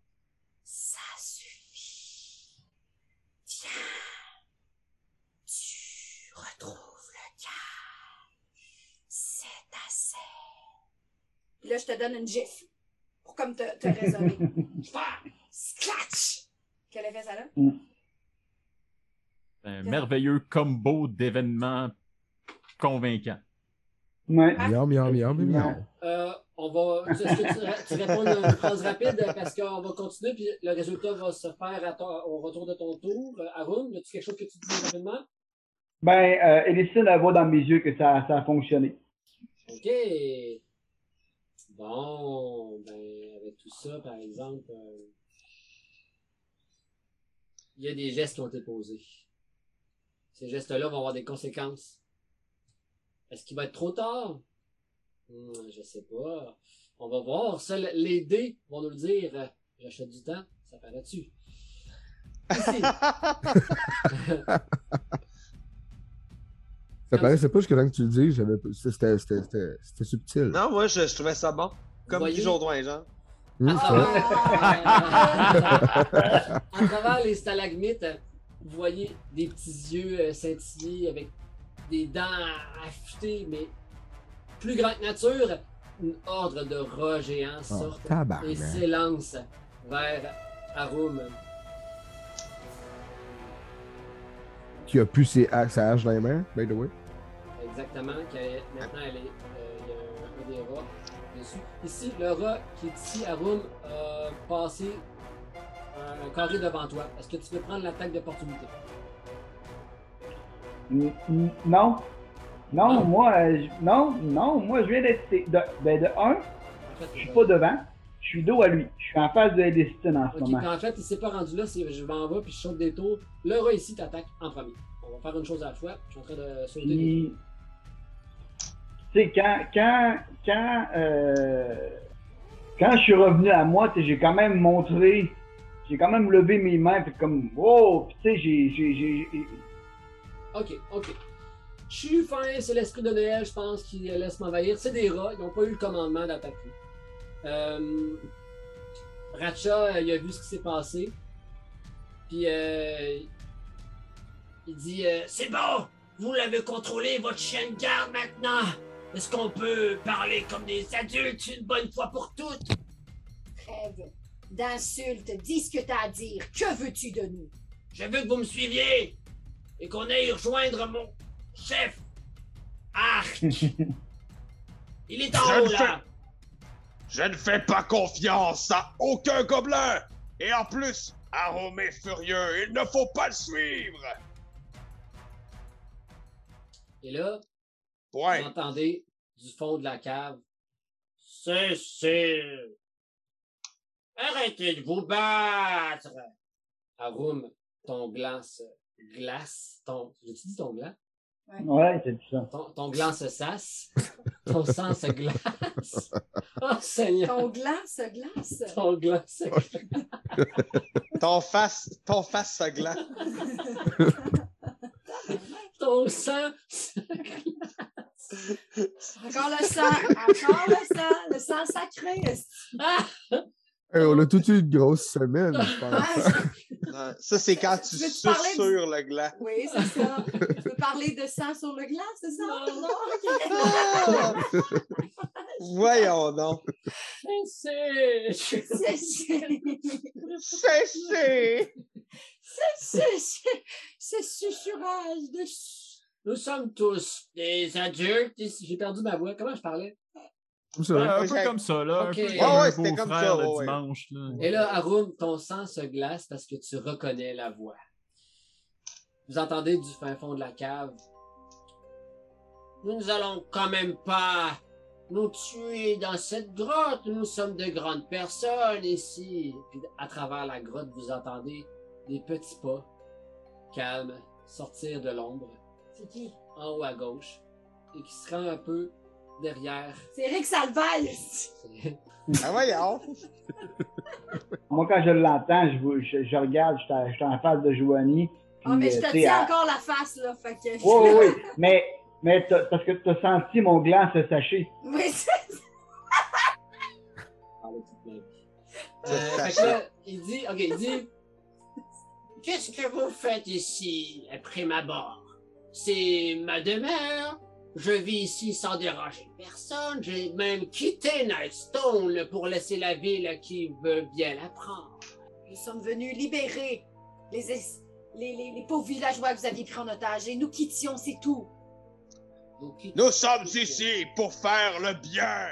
ça suffit. Viens, tu retrouves le calme. C'est assez. Puis là, je te donne une gifle pour comme te, te raisonner. Je fais scratch. Quel effet ça a? Un merveilleux combo d'événements convaincants. Ouais. Miaou, miaou, miaou, miaou, miaou. Euh, on va. Est-ce que tu, ra- tu réponds à une phrase rapide parce qu'on va continuer, puis le résultat va se faire à ton- au retour de ton tour. Euh, Arun, y a-tu quelque chose que tu dis rapidement? Ben euh, Elissa la voit dans mes yeux que ça, ça a fonctionné. OK. Bon, ben, avec tout ça, par exemple, euh, il y a des gestes qui ont été posés. Ces gestes-là vont avoir des conséquences. Est-ce qu'il va être trop tard? Hmm, je sais pas. On va voir. Seuls les dés vont nous le dire. Euh, J'achète du temps, ça paraît là-dessus. Ici. Ça paraissait pas jusqu'à temps que tu le dis, j'avais pas- c'était- c'était c'était- c'était subtil. Non, moi, je, je trouvais ça bon. Comme Voyez. du Jourdain, genre. Hum, Ah, c'est vrai. à travers les stalagmites, vous voyez des petits yeux euh, scintiller avec des dents affûtées, mais plus grande nature. Une ordre de rats géants Oh, sort et tabarnak. s'élance vers Arum. Qui a pu ses ha- sa hache dans les mains, by the way. Exactement, qui est- maintenant elle est, euh, il y a un, un des rats dessus. Ici, le rat qui est ici, Arum, a passé un, un carré devant toi. Est-ce que tu veux prendre l'attaque d'opportunité? N- n- Non. Non, Non. moi euh, je- non, non, moi je viens d'être de, ben, de un, En fait, je suis euh, pas devant, je suis dos à lui. Je suis en face de Elissa en ce Ok, moment. puis en fait, il s'est pas rendu là, c'est je m'en vais puis je saute des tours. Le rat ici t'attaque en premier. On va faire une chose à la fois. Je suis en train de sauter des tours. Puis, tu sais, quand, quand, quand, euh, quand je suis revenu à moi, tu sais, j'ai quand même montré, j'ai quand même levé mes mains, puis comme, wow, puis tu sais, j'ai, j'ai, j'ai, j'ai- Ok, ok. Je suis fin, c'est l'esprit de Noël, je pense, qui euh, laisse m'envahir. C'est des rats, ils n'ont pas eu le commandement d'attaquer. Euh, Ratcha, euh, il a vu ce qui s'est passé. Puis euh, il dit euh, C'est bon, vous l'avez contrôlé, votre chien de garde maintenant. Est-ce qu'on peut parler comme des adultes une bonne fois pour toutes Trêve d'insultes, dis ce que t'as à dire. Que veux-tu de nous? Je veux que vous me suiviez et qu'on aille rejoindre mon chef. Arc Il est Je en haut le là Je ne fais pas confiance à aucun gobelin! Et en plus, Arôme est furieux, il ne faut pas le suivre! Et là, Point. vous entendez du fond de la cave. Cécile! Arrêtez de vous battre! Arum, ton gland se glace. Ton... J'ai-tu dit ton gland? Ouais, c'est tout ça. Ton, ton gland se sasse. ton sang se glace. Oh Seigneur! Ton gland se glace. Ton gland se glace. Ton face, ton face se glace. Ton sang se Encore le sang, encore le sang, le sang sacré. esti. Ah! Hey, on a toute une grosse semaine, je pense. Ah, Non, ça, c'est quand tu Je vais te suces parler du- sur le gland. oui, c'est ça. Tu veux parler de sang sur le gland, c'est ça? Non, Ah! Voyons donc. Cécile! C'est c'est- Cessez! c'est- c'est- c'est susurrage de ch- Nous sommes tous eh, des adultes. ici. J'ai perdu ma é voix. Comment je parlais? Ouais, Comme ça. un Ah, ok. peu comme ça, là. Ok. Un peu comme Ouais, ouais, un c'était comme beau-frère ça, le ouais. dimanche, là. Et là, Arum, ton sang se glace parce que tu reconnais la voix. Vous entendez du fin fond de la cave. Nous n'allons quand même pas nous tuer dans cette grotte. Nous sommes de grandes personnes ici. Puis à travers la grotte, vous entendez des petits pas calmes sortir de l'ombre. C'est qui? En haut à gauche. Et qui se rend un peu derrière. C'est Eric Salvaille. esti. Ah, voyons. Moi, quand je l'entends, je, vois- je, je regarde, je suis en- je suis en face de Joanie. Ah, mais je puis, te euh, tu sais, tiens elle- encore la face, là. Fait que... Oui, oui, oui. Mais, mais t'as- parce que t'as senti mon gland se sacher. Oui, c'est- parler toute ma vie. Ça, Euh, ça fait que là, il dit, ok, il dit, qu'est-ce que vous faites ici après ma mort C'est ma demeure. Je vis ici sans déranger personne. J'ai même quitté Nightstone pour laisser la ville à qui veut bien la prendre. Nous sommes venus libérer les, es- les, les, les pauvres villageois que vous aviez pris en otage et nous quittions, c'est tout. Vous quittez- Nous sommes ici pour faire le bien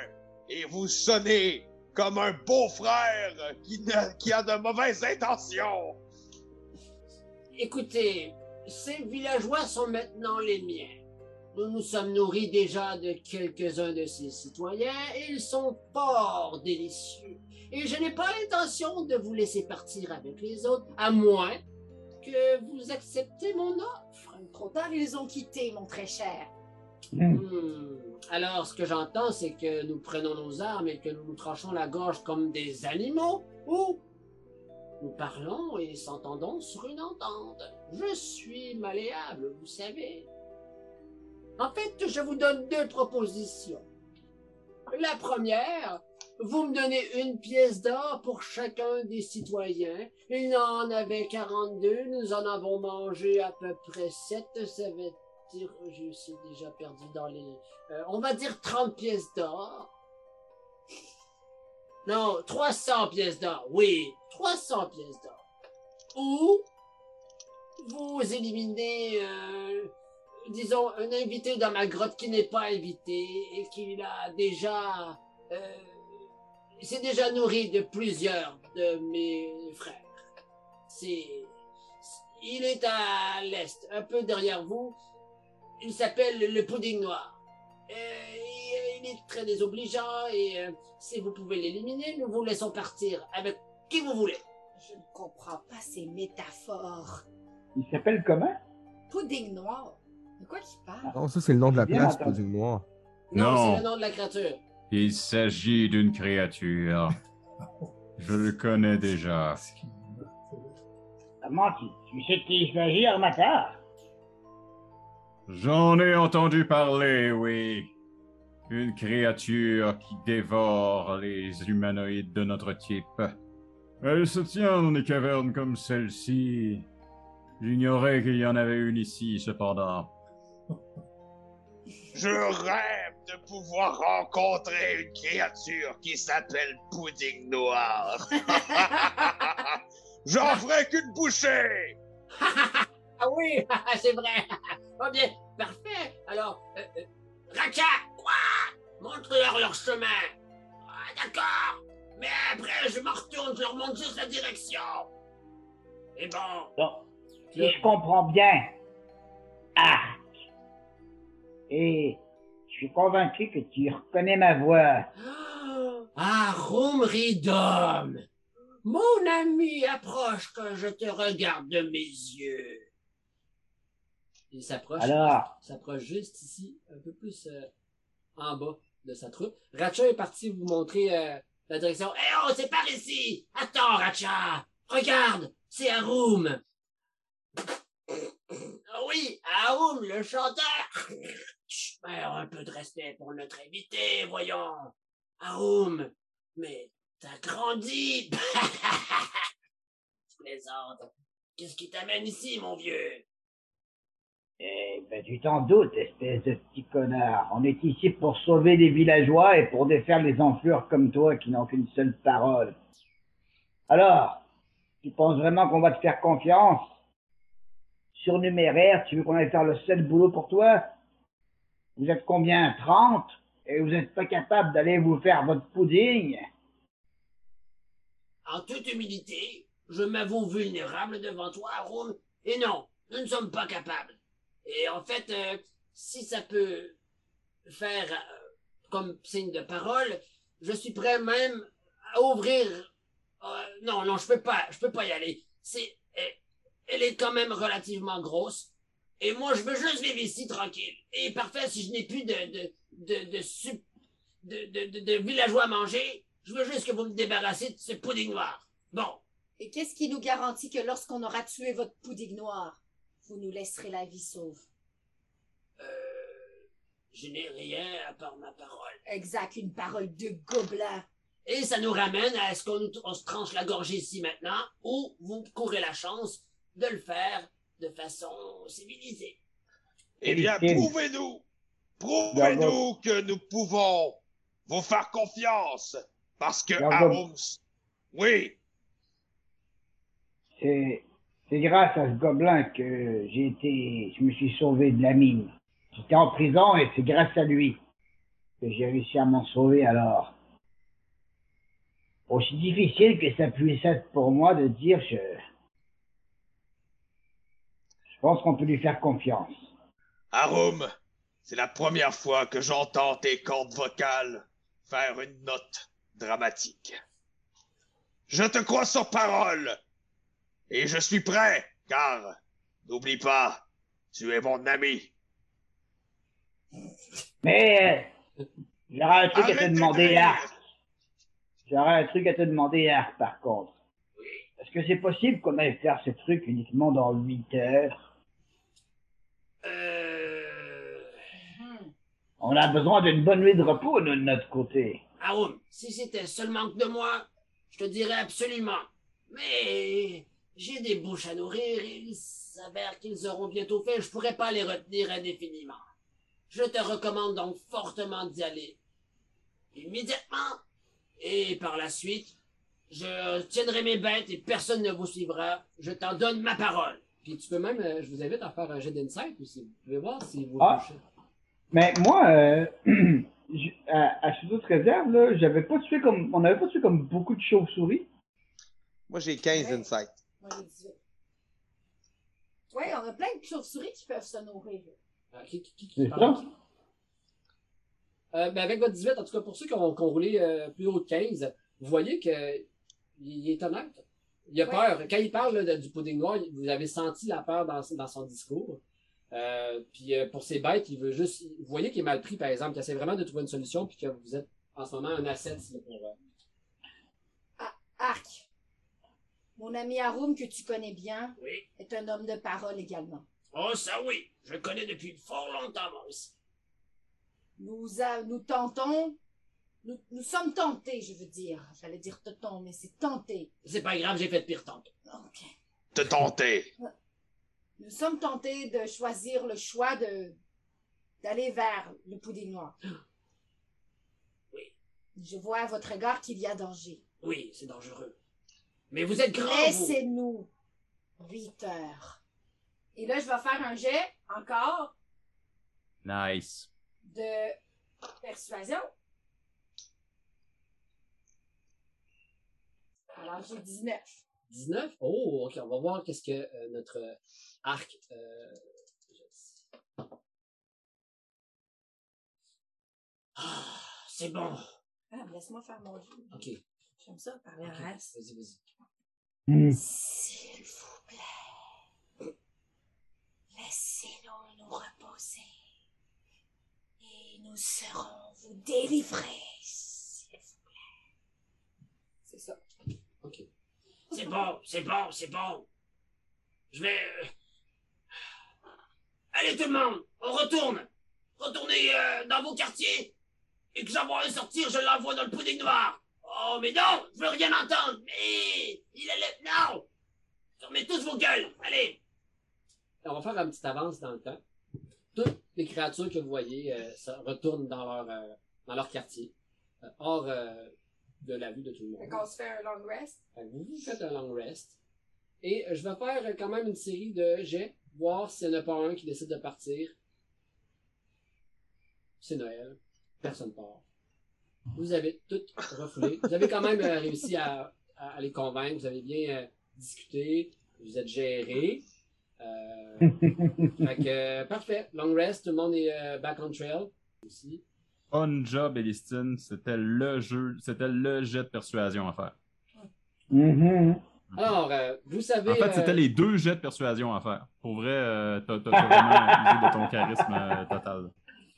et vous sonnez comme un beau-frère qui, ne- qui a de mauvaises intentions. Écoutez, ces villageois sont maintenant les miens. Nous nous sommes nourris déjà de quelques-uns de ces citoyens et ils sont fort délicieux. Et je n'ai pas l'intention de vous laisser partir avec les autres, à moins que vous acceptez mon offre. Trop tard, ils ont quitté, mon très cher. Hmm. Alors, ce que j'entends, c'est que nous prenons nos armes et que nous nous tranchons la gorge comme des animaux, ou nous parlons et s'entendons sur une entente. Je suis malléable, vous savez. En fait, je vous donne deux propositions. La première, vous me donnez une pièce d'or pour chacun des citoyens. Il en avait 42, nous en avons mangé à peu près 7, ça va dire, je suis déjà perdu dans les. euh, on va dire 30 pièces d'or. Non, 300 pièces d'or, oui, 300 pièces d'or. Ou vous éliminez, euh, disons, un invité dans ma grotte qui n'est pas invité et qui a déjà. euh, s'est déjà nourri de plusieurs de mes frères. C'est. Il est à l'est, un peu derrière vous. Il s'appelle le pudding noir. Euh, il- il est très désobligeant et euh, si vous pouvez l'éliminer, nous vous laissons partir avec qui vous voulez. Je ne comprends pas ces métaphores. Il s'appelle comment? Pudding noir. De quoi qu'il parle? Non, ça, c'est le nom de la Bien place, entendu. pas du noir. Non, Non. c'est le nom de la créature. Il s'agit d'une créature. Je le connais déjà. Comment tu, tu sais tes magie à ma part? J'en ai entendu parler, oui. Une créature qui dévore les humanoïdes de notre type. Elle se tient dans des cavernes comme celle-ci. J'ignorais qu'il y en avait une ici, cependant. Je rêve de pouvoir rencontrer une créature qui s'appelle Pudding Noir. J'en ferai qu'une bouchée. Ah oui, c'est vrai. Ah bien, parfait. Alors, euh, euh, Raka, quoi Montre-leur leur chemin. Ah, d'accord. Mais après, je me retourne, je leur montre juste la direction. Et bon, Donc, si je comprends bien, Arc, et je suis convaincu que tu reconnais ma voix. Ah, Rumridom! Mon ami, approche que je te regarde de mes yeux. Il s'approche. Alors? Il s'approche Ah, juste ici, un peu plus euh, en bas de sa troupe. Ratcha est parti vous montrer euh, la direction. Eh oh, c'est par ici! Attends, Ratcha! Regarde! C'est Arum! Ah Oui, Arum, le chanteur! Chut, ben, un peu de respect pour notre invité, voyons! Arum, mais t'as grandi! Je plaisante. Qu'est-ce qui t'amène ici, mon vieux? Eh ben, tu t'en doutes, espèce de petit connard. On est ici pour sauver les villageois et pour défaire les enflures comme toi qui n'ont qu'une seule parole. Alors, tu penses vraiment qu'on va te faire confiance Surnuméraire, tu veux qu'on aille faire le seul boulot pour toi Vous êtes combien 30 Et vous n'êtes pas capable d'aller vous faire votre pudding En toute humilité, je m'avoue vulnérable devant toi, Arum, et non, nous ne sommes pas capables. Et en fait, euh, si ça peut faire euh, comme signe de parole, je suis prêt même à ouvrir. Euh, non, non, je peux pas, je peux pas y aller. C'est, elle, elle est quand même relativement grosse. Et moi, je veux juste vivre ici tranquille. Et parfait, si je n'ai plus de de de de, sup- de, de, de, de villageois à manger, je veux juste que vous me débarrassiez de ce pudding noir. Bon, Et qu'est-ce qui nous garantit que lorsqu'on aura tué votre pudding noir, vous nous laisserez la vie sauve? euh, je n'ai rien à part ma parole. Exact, une parole de gobelin. Et ça nous ramène à est-ce qu'on on se tranche la gorge ici maintenant ou vous courez la chance de le faire de façon civilisée. Eh bien, Nickel. prouvez-nous. Prouvez-nous que nous pouvons vous faire confiance. Parce que Garde-le. Arums, oui, C'est, c'est grâce à ce gobelin que j'ai été, je me suis sauvé de la mine. J'étais en prison et c'est grâce à lui que j'ai réussi à m'en sauver alors. Aussi difficile que ça puisse être pour moi de dire je, je pense qu'on peut lui faire confiance. Arum, c'est la première fois que j'entends tes cordes vocales faire une note dramatique. Je te crois sur parole. Et je suis prêt, car, n'oublie pas, tu es mon ami. Mais, euh, j'aurais un truc à Arrête te de demander, rire. Arc. J'aurais un truc à te demander, Arc, par contre. Est-ce que c'est possible qu'on aille faire ce truc uniquement dans 8 heures? Euh... Hmm. On a besoin d'une bonne nuit de repos, nous, de notre côté. Arum, Ah, oh, si c'était seulement que de moi, je te dirais absolument. Mais j'ai des bouches à nourrir et il s'avère qu'ils auront bientôt fait, je pourrais pas les retenir indéfiniment. Je te recommande donc fortement d'y aller. Immédiatement. Et par la suite, je tiendrai mes bêtes et personne ne vous suivra. Je t'en donne ma parole. Puis tu peux même, euh, je vous invite à faire un jet d'insight aussi. Vous pouvez voir si vous Ah. touchez. Mais moi, euh, je- à, à sous toute réserve, là, j'avais pas tué comme, on n'avait pas tué comme beaucoup de chauves-souris. Moi, j'ai 15 Ouais. insight. Moi, j'ai 18. Ouais, on a plein de chauves-souris qui peuvent se nourrir. Euh, qui- qui- qui- qui C'est parle? ça? Euh, ben, avec votre 18, en tout cas pour ceux qui ont, qui ont roulé euh, plus haut de 15, vous voyez que euh, il est honnête. Il a Ouais. peur. Quand il parle là, de- du pudding noir, vous avez senti la peur dans, dans son discours. Euh, puis euh, pour ses bêtes, il veut juste. Vous voyez qu'il est mal pris, par exemple, qu'il essaie vraiment de trouver une solution, puis que vous êtes en ce moment un asset. si- pour, euh, Arc, mon ami Arum que tu connais bien, Oui. est un homme de parole également. Oh, ça oui, je le connais depuis fort longtemps, Maurice. Nous, a- nous tentons. Nous, nous sommes tentés, je veux dire. J'allais dire tentons, mais c'est tenté. C'est pas grave, j'ai fait pire tantôt. Ok. Te tenter. Nous sommes tentés de choisir le choix de d'aller vers le pudding noir. Oui. Je vois à votre regard qu'il y a danger. Oui, c'est dangereux. Mais vous êtes grand, vous. Laissez-nous 8 heures. Et là, je vais faire un jet encore Nice. de persuasion. Alors, j'ai 19. 19? Oh, ok, on va voir qu'est-ce que euh, notre euh, arc... euh, je- Ah, c'est bon. Ah, laisse-moi faire mon jeu. Ok, J'aime ça, parler ok, en race. vas-y, vas-y. Hmm. S'il vous plaît, laissez-nous nous reposer et nous serons vous délivrés, s'il vous plaît. C'est ça. Ok. C'est bon, c'est bon, c'est bon. Je vais... euh, Allez tout le monde, on retourne. Retournez euh, dans vos quartiers. Et que j'en vois un sortir, je l'envoie dans le pudding noir. Oh, mais non, je veux rien entendre. Mais il est le... Non Fermez tous vos gueules, allez. On va faire une petite avance dans le temps. Toutes les créatures que vous voyez euh, retournent dans leur, euh, dans leur quartier, euh, hors de la vue de tout le monde. Fait qu'on se fait un long rest. Fait que vous vous faites un long rest. Et euh, je vais faire euh, quand même une série de jets, voir s'il n'y en a pas un qui décide de partir. C'est Noël. Personne part. Vous avez tout refoulé. Vous avez quand même euh, réussi à, à- à les convaincre. Vous avez bien euh, discuté. Vous êtes géré. Euh, fait que, euh, parfait. Long rest. Tout le monde est euh, back on trail. Aussi. On job, Elistine. C'était le jeu, c'était le jet de persuasion à faire. Mhm. Alors, euh, vous savez. En fait, euh, c'était les deux jets de persuasion à faire. Pour vrai, euh, t'as t'as- t'as vraiment usé de ton charisme euh, total.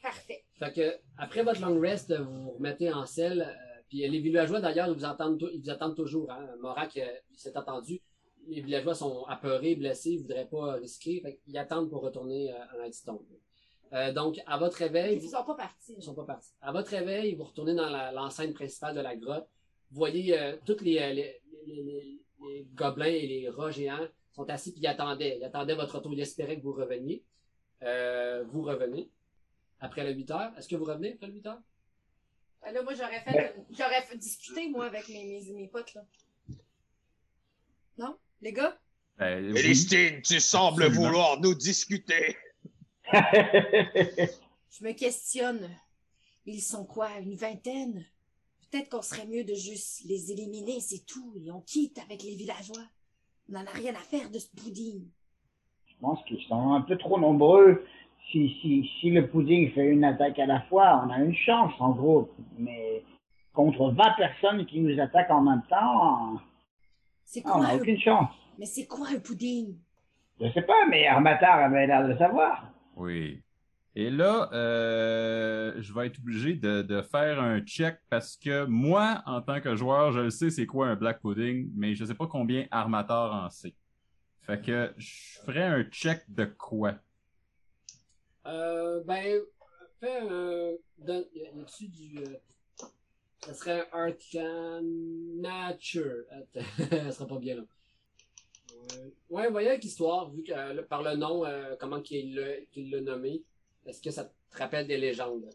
Parfait. Fait que, après votre long rest, euh, vous vous remettez en selle. euh, puis les villageois, d'ailleurs, ils vous entendent, tou- ils vous attendent toujours. Hein? Morak, euh, il s'est attendu. Les villageois sont apeurés, blessés, ils voudraient pas risquer. Fait qu'ils attendent pour retourner euh, à Nightstone. Euh, donc, à votre réveil, Ils vous- sont pas partis. ils sont pas partis. À votre réveil, vous retournez dans la- l'enceinte principale de la grotte. Vous voyez euh, tous les, euh, les, les- les- les gobelins et les rats géants sont assis puis ils attendaient. Ils attendaient votre retour. Ils espéraient que vous reveniez. Euh, vous revenez après le 8 heures. Est-ce que vous revenez après le 8 heures? Ben Là, moi, j'aurais fait, j'aurais fait discuter, moi, avec mes, mes, mes potes, là. Non? Les gars? Ben, oui. Elistine, tu sembles Absolument. vouloir nous discuter. Je me questionne. Ils sont quoi, une vingtaine? Peut-être qu'on serait mieux de juste les éliminer, c'est tout, et on quitte avec les villageois. On n'en a rien à faire de ce pudding. Je pense qu'ils sont un peu trop nombreux. Si, si, si le pudding fait une attaque à la fois, on a une chance en groupe. Mais contre 20 personnes qui nous attaquent en même temps, C'est on quoi n'a un... aucune chance. Mais c'est quoi un pudding? Je sais pas, mais Armatar avait l'air de le savoir. Oui. Et là, euh, je vais être obligé de, de faire un check parce que moi, en tant que joueur, je le sais c'est quoi un black pudding, mais je sais pas combien Armator en sait. Fait que je ferai un check de quoi? Euh, ben, fais un. Don, y a- y a-tu du. euh, ça serait un Arcanature. Attends, ça sera pas bien long. Euh, ouais, voyons avec histoire, vu que euh, le- par le nom, euh, comment qu'il l'a qu'il l'a nommé. Est-ce que ça te rappelle des légendes?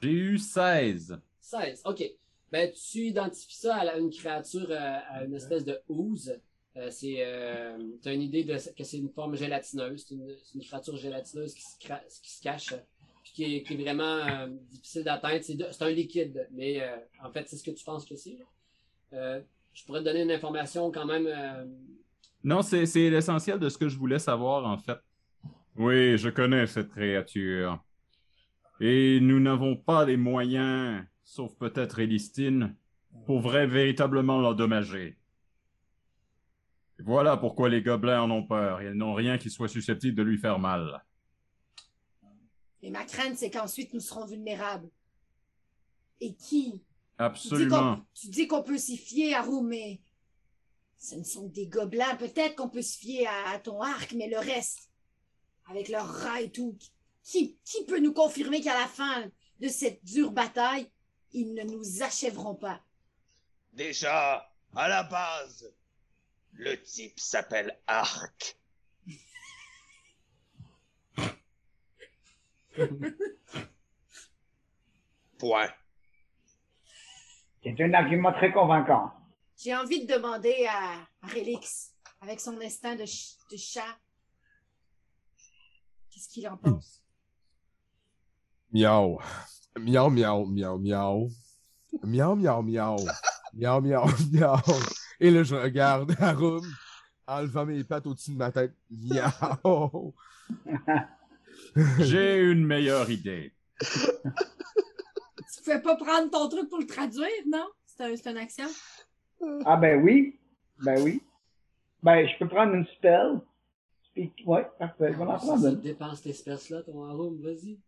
J'ai eu 16. 16, ok. Ben, tu identifies ça à la- une créature, euh, à une espèce de ooze. Euh, c'est, euh, t'as une idée de, que c'est une forme gélatineuse. C'est une, c'est une créature gélatineuse qui se, cra- qui se cache, euh, puis qui est, qui est vraiment euh, difficile d'atteindre. C'est, de- c'est un liquide, mais euh, en fait, c'est ce que tu penses que c'est. là. Euh, je pourrais te donner une information quand même. euh, Non, c'est c'est l'essentiel de ce que je voulais savoir, en fait. Oui, je connais cette créature. Et nous n'avons pas les moyens, sauf peut-être Elistine, pour vrai véritablement l'endommager. Voilà pourquoi les gobelins en ont peur. Ils n'ont rien qui soit susceptible de lui faire mal. Et ma crainte, c'est qu'ensuite, nous serons vulnérables. Et qui? Tu dis qu'on- Absolument. Tu dis qu'on peut s'y fier à Roux, mais ce ne sont que des gobelins. Peut-être qu'on peut se fier à, à ton arc, mais le reste, avec leur rat et tout. Qui, qui peut nous confirmer qu'à la fin de cette dure bataille, ils ne nous achèveront pas? Déjà, à la base, le type s'appelle Arc. Point. C'est un argument très convaincant. J'ai envie de demander à, à Relix, avec son instinct de, ch- de chat, qu'est-ce qu'il en pense? Miaou. Miaou, miaou, miaou, miaou. Miaou, miaou, miaou. Miaou, miaou, miaou. Et là, je regarde Harum en levant mes pattes au-dessus de ma tête. Miaou. J'ai une meilleure idée. Tu pouvais pas prendre ton truc pour le traduire, non? C'est un, c'est une action? Ah ben oui. Ben oui. Ben, je peux prendre une spell. Speak- Ouais, parfait. Ben, Je vais en prendre Ça une. dépense tes espèces là ton room, vas-y.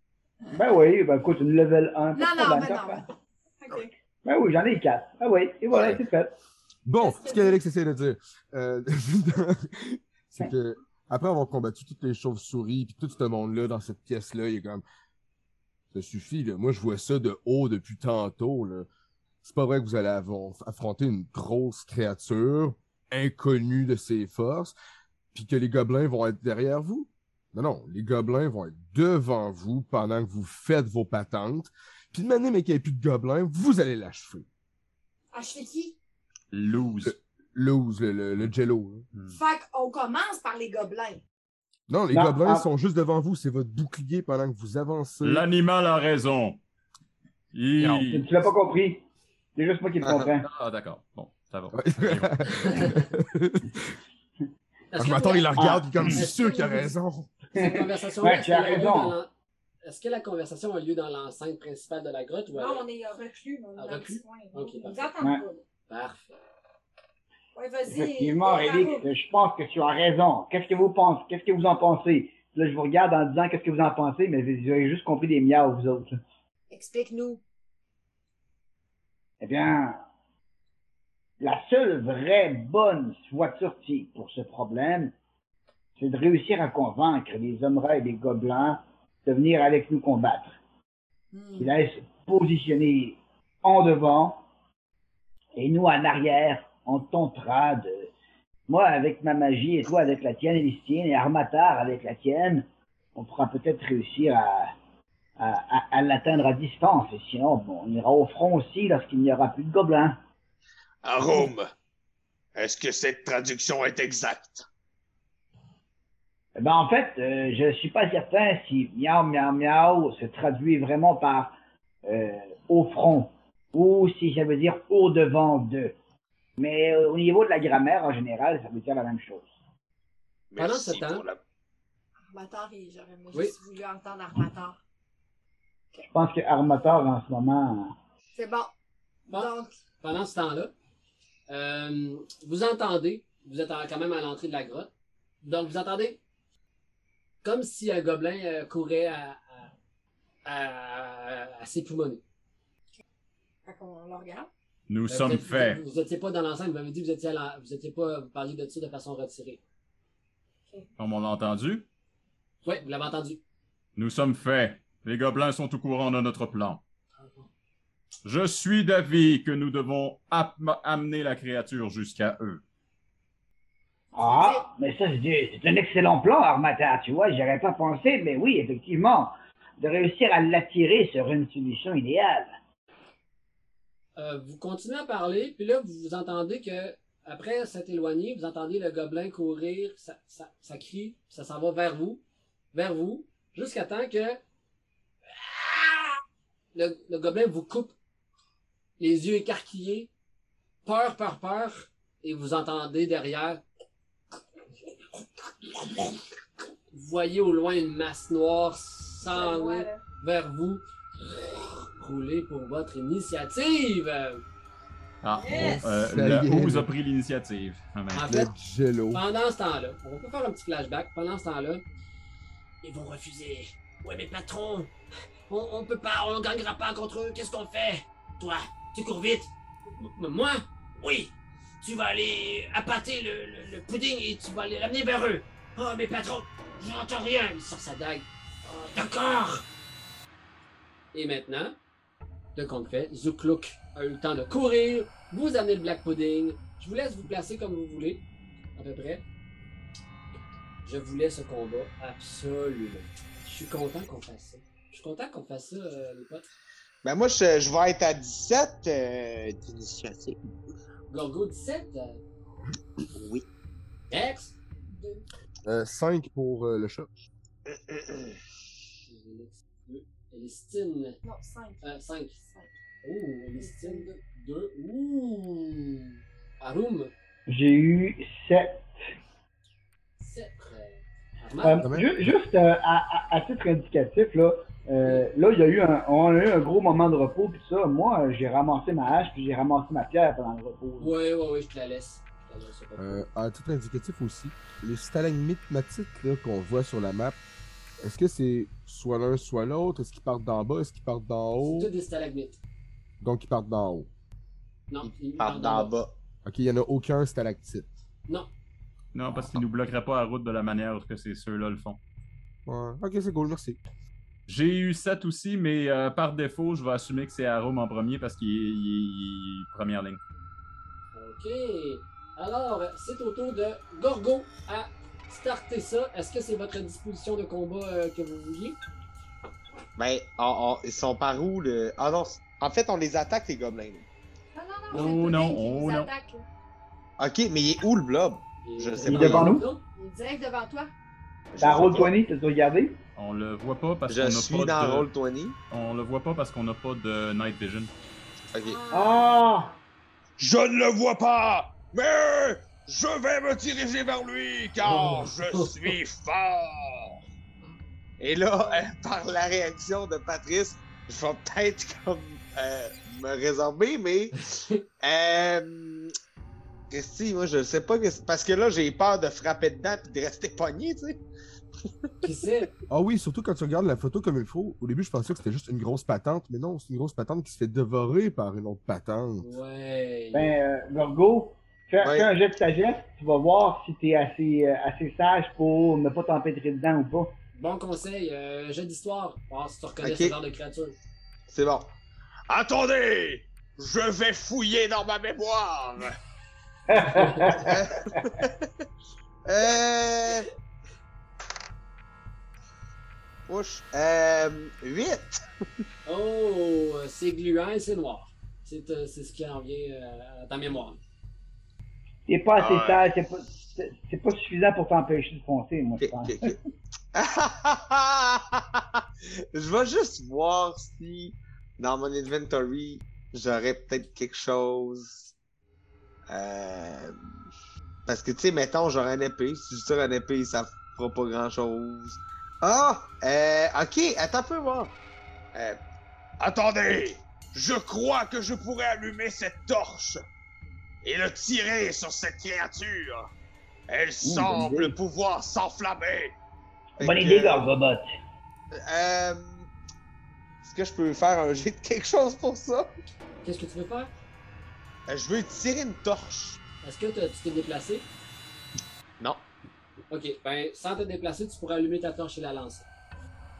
Ben oui, ben écoute, une level 1. Non, non, mais non. Ok. Ben oui, j'en ai 4. Ah oui, et voilà, Ouais. c'est fait. Bon, Est-ce que- ce qu'Alex essaie de dire, euh, c'est que après avoir combattu toutes les chauves-souris puis tout ce monde-là dans cette pièce-là, il est comme ça suffit. Là. Moi, je vois ça de haut depuis tantôt. Là. C'est pas vrai que vous allez avon- affronter une grosse créature inconnue de ses forces, puis que les gobelins vont être derrière vous. Non, non, les gobelins vont être devant vous pendant que vous faites vos patentes. Puis de manière mais qu'il n'y ait plus de gobelins, vous allez l'achever. Ah, je fais qui? Lose. Lose, le, le, le jello. hein. là. Hmm. Fait qu'on commence par les gobelins. Non, les Non, gobelins ah. sont juste devant vous. C'est votre bouclier pendant que vous avancez. L'animal a raison. Il- Non. Tu tu l'as pas compris. C'est juste moi qui le comprends. Ah, d'accord. Bon, ça va. Ouais. Est-ce je que m'attends, il la la- regarde il est comme, Ah. c'est sûr qu'il a raison. cette conversation Ouais, est-ce tu as qu'elle a lieu raison. dans l'en- Est-ce que la conversation a lieu dans l'enceinte principale de la grotte ou à- Non, on est reclus, on est Ah, dans le reclus? petit coin. Ok, Ils parfait. attendent pas. Parfait. Ouais, vas-y. Effectivement, Rélix, je pense que tu as raison. Qu'est-ce que vous pensez? Qu'est-ce que vous en pensez? Là, je vous regarde en disant qu'est-ce que vous en pensez, mais vous avez juste compris des miaou, vous autres. Explique-nous. Eh bien, la seule vraie bonne voie de sortie pour ce problème, c'est de réussir à convaincre les hommes rats et les gobelins de venir avec nous combattre. Hmm. qui laisse positionner en devant et nous en arrière, on tentera de... Moi avec ma magie et toi avec la tienne, Elistine, et Armatar avec la tienne, on pourra peut-être réussir à, à, à- à l'atteindre à distance. Et sinon, bon, on ira au front aussi lorsqu'il n'y aura plus de gobelins. Arôme, est-ce que cette traduction est exacte? Eh Ben, en fait, euh, je suis pas certain si miaou miaou miaou se traduit vraiment par euh, au front ou si ça veut dire au devant de. Mais euh, au niveau de la grammaire en général, ça veut dire la même chose. Pendant ce Merci temps- pour la- Armator, et j'aurais moi Oui. juste voulu entendre Armator. Je pense que Armator en ce moment. hein. C'est bon. Bon. Donc, Pendant ce temps-là, euh, vous entendez, vous êtes en- quand même à l'entrée de la grotte, donc vous entendez comme si un gobelin euh, courait à, à, à- à s'époumoner. fait qu'on le regarde. Nous Euh, sommes vous êtes- faits. Vous n'étiez pas dans l'enceinte, vous m'avez dit que vous étiez, à la- vous étiez pas, vous parliez de ça de façon retirée. Comme on l'a entendu, Oui, vous l'avez entendu. nous sommes faits. Les gobelins sont au courant de notre plan. Je suis d'avis que nous devons am- amener la créature jusqu'à eux. Ah, mais ça, c'est du- c'est un excellent plan, Armator. Tu vois, j'y aurais pas pensé, mais oui, effectivement, de réussir à l'attirer serait une solution idéale. Euh, vous continuez à parler, puis là, vous entendez que, après s'être éloigné, vous entendez le gobelin courir, ça, ça, ça crie, puis ça s'en va vers vous, vers vous, jusqu'à temps que Ah! le, le gobelin vous coupe, les yeux écarquillés, peur, peur, peur, et vous entendez derrière. Vous voyez au loin une masse noire Ouais, sans là. vers vous. Roulez pour votre initiative. Ah, Yes! bon, euh, Ça y le est. Ouz a pris l'initiative. Ah, ben. En Le fait, jello. pendant ce temps-là, on peut faire un petit flashback. Pendant ce temps-là, ils vont refuser. Ouais, mais patron, on, on peut pas, on gagnera pas contre eux. Qu'est-ce qu'on fait Toi, tu cours vite. M- moi Oui. Tu vas aller appâter le, le- le pudding et tu vas aller l'amener vers eux. Oh, mais patron, J'entends rien, il sort sa dague. Oh, D'accord. Et maintenant, de compte fait, Zouklouk a eu le temps de courir, vous amenez le Black Pudding. Je vous laisse vous placer comme vous voulez, à peu près. Je voulais ce combat absolument. Je suis content qu'on fasse ça. Je suis content qu'on fasse ça, euh, les potes. Ben moi, je, je vais être à 17 euh, d'initiative. Gorgo 17, euh, Oui. Dex. Deux. 5 pour euh, le chat. Elistine. Non, cinq. Euh, 5. Cinq. Ouh, Elistine 2. Ouh. Arum. J'ai eu 7. 7. Euh, Armand. Quand même. ju- juste euh, à, à- à titre indicatif, là, euh, là, il y a eu un, on a eu un gros moment de repos, puis ça, moi, euh, j'ai ramassé ma hache, puis j'ai ramassé ma pierre pendant le repos. là. Ouais, ouais, ouais, je te la laisse. Je te la laisse, c'est pas grave. Euh, à titre indicatif aussi, les stalagmites matites là, qu'on voit sur la map, est-ce que c'est soit l'un soit l'autre Est-ce qu'ils partent d'en bas Est-ce qu'ils partent d'en haut C'est tout des stalagmites. Donc ils partent d'en haut. Non, il Par d'en bas. Ok, il n'y en a aucun stalactite. Non, parce qu'il nous bloquerait pas la route de la manière que c'est ceux-là le font. Ouais. Ok, c'est cool, merci. J'ai eu 7 aussi, mais euh, par défaut, je vais assumer que c'est Arum en premier parce qu'il est, il est- il est première ligne. Ok. Alors, c'est au tour de Gorgo à starter ça. Est-ce que c'est votre disposition de combat euh, que vous vouliez? Ben, en- en- ils sont par où, le... Ah non, c'est- en fait, on les attaque, les gobelins. là. Non, Oh non, non. non, c'est Pudding qui oh nous non. attaque, là. OK, mais il est où, le blob? Je sais Il est devant nous? Il est direct devant toi. Je Dans sais Roll pas. 20, t'as regardé? On le voit pas parce qu'on Je n'a suis pas dans de... Roll 20. On le voit pas parce qu'on n'a pas de night vision. OK. Ah! Je ne le vois pas, mais je vais me diriger vers lui car Oh. je suis fort. Et là, euh, par la réaction de Patrice, je vais peut-être comme euh, me résorber, mais... Euh... Christy, moi, je sais pas... que- Parce que là, j'ai peur de frapper dedans puis de rester pogné, tu sais. Qui c'est? Ah oui, surtout quand tu regardes la photo comme il faut, au début je pensais que c'était juste une grosse patente, mais non, c'est une grosse patente qui se fait dévorer par une autre patente. Ouais. Ben, euh, Gorgo, fais, Ouais. fais un jet de sagesse, tu vas voir si t'es assez, euh, assez sage pour ne pas t'empêtrer dedans ou pas. Bon conseil, euh, jeu d'histoire. Voir si tu reconnais Ok. ce genre de créature. C'est bon. Attendez, je vais fouiller dans ma mémoire. Euh... Ouch. Euh... 8. Oh, euh, c'est gluant et c'est noir. C'est euh, c'est ce qui en vient euh, à ta mémoire. T'es pas assez Ah ouais. sage, t'es pas- c'est- c'est pas suffisant pour t'empêcher de foncer, moi, je Ok, pense. ok, ok. je vais juste voir si dans mon inventory j'aurais peut-être quelque chose. Euh... Parce que tu sais, mettons, j'aurais un épée. Si je tire un épée, ça fera pas grand chose. Ah! Euh, ok, attends un peu voir. Euh, Attendez, je crois que je pourrais allumer cette torche et le tirer sur cette créature. Elle semble idée. pouvoir s'enflammer. fait Bonne que- idée, Gorgobot. Euh, Est-ce que je peux faire un jet de quelque chose pour ça? Qu'est-ce que tu veux faire? Euh, Je veux tirer une torche. Est-ce que t'as- tu t'es déplacé? Non. Ok, ben, sans te déplacer, tu pourras allumer ta torche et la lancer.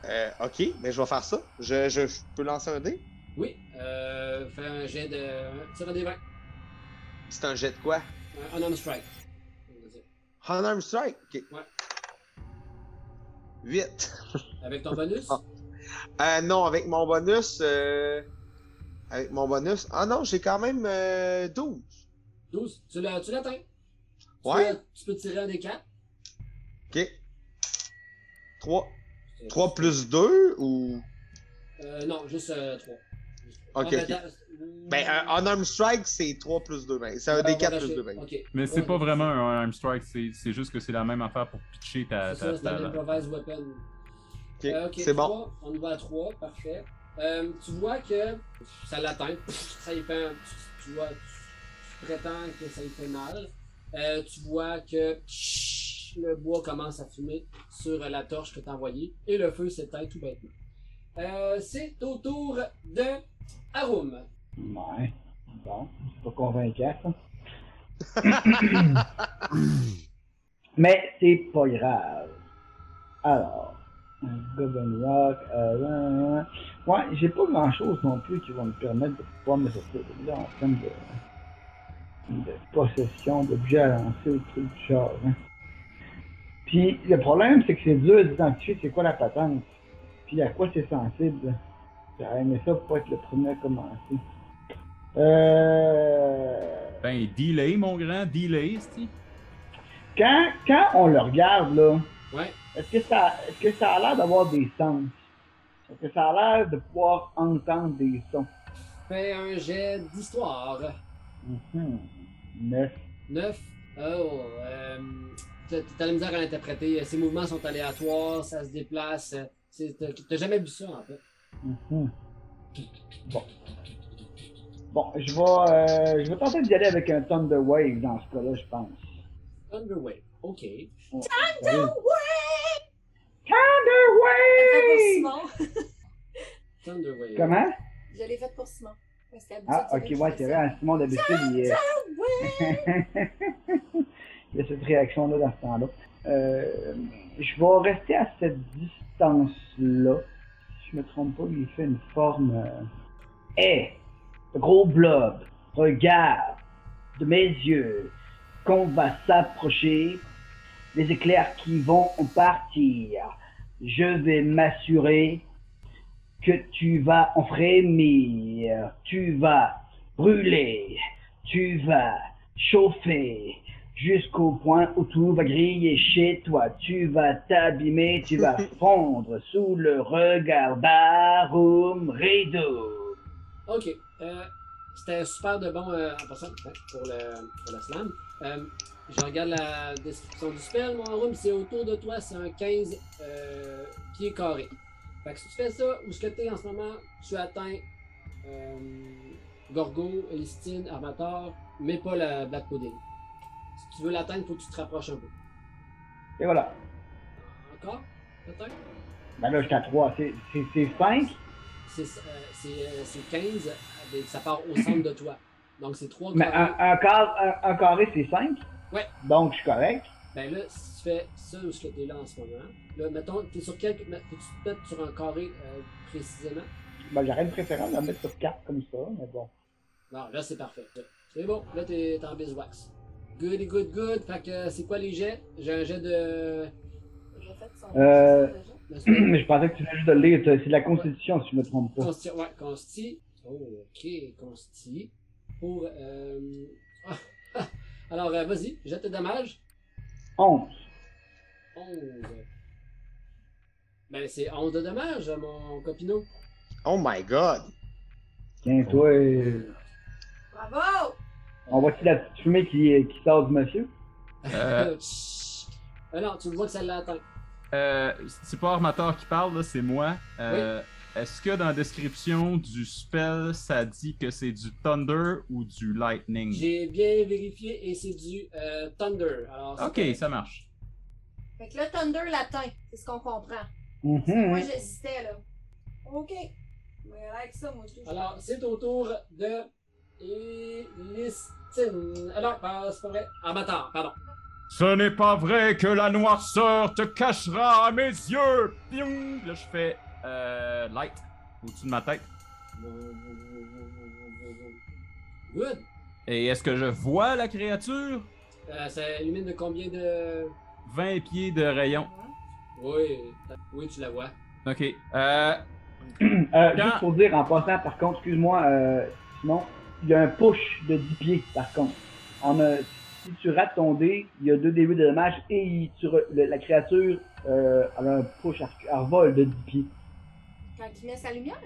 Euh, ok, mais je vais faire ça. Je, je, je peux lancer un dé? Oui, euh, fais un jet de. Tire un des 20. C'est un jet de quoi? Un unarmed strike. Unarmed strike? Ok. Ouais. 8. Avec ton bonus? Ah. Euh, non, avec mon bonus. Euh... Avec mon bonus. Ah non, j'ai quand même euh, 12. 12. Tu l'as- tu l'atteins. Tu Ouais. peux- Tu peux tirer un des 4. Ok. 3. 3 plus 2 ou. Euh, non, juste 3. Ok, ok. euh, Ben, un Mm. unarmed strike, c'est 3 plus 2. Ben, Ah, c'est un des 4 plus 2. Ben. Mais c'est pas vraiment un arm strike, c'est c'est juste que c'est la même affaire pour pitcher ta. C'est ça, ta, c'est un ta- improvised weapon. Ok, Euh, ok, c'est bon. trois, On y va à 3, parfait. Euh, tu vois que ça l'atteint. Ça y fait. un- Tu, tu vois, tu, tu prétends que ça y fait mal. Euh, tu vois que le bois commence à fumer sur la torche que t'as envoyée et le feu s'éteint tout bêtement. Euh, c'est au tour de Arum. Ouais. Bon, c'est pas hein. convaincant, ça. Mais c'est pas grave. Alors, Goblin Rock, euh, ouais, j'ai pas grand chose non plus qui va me permettre de pouvoir me sortir de là en termes de, de possession d'objets à lancer ou trucs du genre. hein. Puis le problème, c'est que c'est dur d'identifier c'est quoi la patente, puis à quoi c'est sensible. J'aurais aimé ça pour pas être le premier à commencer. Euh. Ben, delay, mon grand, delay, c'ti. Quand, quand on le regarde, là, Ouais. est-ce que ça, est-ce que ça a l'air d'avoir des sens? Est-ce que ça a l'air de pouvoir entendre des sons? Fais un jet d'histoire. Mhm. Neuf. 9. Oh, euh, t'as t'as la misère à l'interpréter. Ses mouvements sont aléatoires, ça se déplace. C'est- t'as- T'as jamais vu ça, en fait. Mhm. Bon. Bon, je vais, euh, je vais tenter d'y aller avec un Thunder Wave dans ce cas-là, je pense. Thunderwave. OK. Thunder Ouais! Wave! Pour Simon. Thunderwave. Comment? Je l'ai faite pour Simon. Parce qu'habitude, Ah, c'est ok, lui qui ouais, fait c'est ça. Ah, vrai, Simon d'habitude, il est. Ouais! Il y a cette réaction-là dans ce temps-là. Euh, je vais rester à cette distance-là. Si je me trompe pas, il fait une forme. euh, Hey! Gros blob! Regarde! De mes yeux! Qu'on va s'approcher! Les éclairs qui vont partir! Je vais m'assurer que tu vas en frémir! Tu vas brûler! Tu vas chauffer! jusqu'au point où tout va griller chez toi. Tu vas t'abîmer, tu vas fondre sous le regard Barum Rideau. OK. Euh, C'était super de bon euh, en passant hein, pour le, pour le slam. Euh, je regarde la description du spell, mon room. C'est autour de toi, c'est un 15 euh, pieds carrés. Fait que si tu fais ça, où ce que t'es en ce moment, tu atteins euh, Gorgo, Elistine, Armator, mais pas la Black Pudding. Si tu veux l'atteindre, faut que tu te rapproches un peu. Et voilà. Encore? Peut-être? Ben là, j'étais à 3. C'est 5. C'est euh, c'est, euh, c'est 15, mais ça part au centre de toi. Donc c'est 3 Mais euh, un, un quart- un- un carré, c'est 5. Ouais. Donc, je suis correct. Ben là, si tu fais ça où ce que t'es là en ce moment, là, mettons, t'es sur quel. mais Peux-tu te mettre sur un carré euh, précisément? Ben, j'aurais une préférence de la mettre sur 4 comme ça, mais bon. Non, là, c'est parfait. Là, C'est bon, là, t'es t'es en biswax. Good, good, good. Fait que euh, c'est quoi les jets? J'ai un jet de. Il a fait son Euh, son déjà. de- je pensais que tu venais juste de le lire. C'est de la Constitution, si je me trompe pas. Consti. Ouais, Consti. Oh, ok, Consti. Pour. Euh... Alors, euh, vas-y, jette tes dommages. 11. 11. Ben, c'est 11 de dommages, mon copino. Oh my god! Tiens, toi, euh, Bravo! on voit-tu la petite fumée qui, qui sort du monsieur? Euh, Ah non, tu vois que ça l'atteint. euh, c'est pas Armator qui parle, là, c'est moi. Euh, Est-ce que dans la description du spell, ça dit que c'est du thunder ou du lightning? J'ai bien vérifié et c'est du euh, Thunder. Alors, c'est Ok, ça marche. Fait que là, Thunder l'atteint. C'est ce qu'on comprend. Mhm. Moi, j'hésitais, là. OK. Mais avec ça, moi, je Alors, c'est au tour de Elistine. Alors, non, c'est pas vrai. Amateur, pardon. Ce n'est pas vrai que la noirceur te cachera à mes yeux! Pioum! Là, je fais euh, light au-dessus de ma tête. Good. Et est-ce que je vois la créature? Euh, ça illumine de combien de. 20 pieds de rayon. Hein? Oui, t'as- oui, tu la vois. Ok. Euh, Euh, Quand- Juste pour dire, en passant, par contre, excuse-moi, euh, Simon, il y a un push de 10 pieds, par contre. En, euh, si tu rates ton dé, il y a deux débuts de dommage et il- tu re- le- la créature euh, elle a un push, elle, elle revole de 10 pieds. Quand il met sa lumière.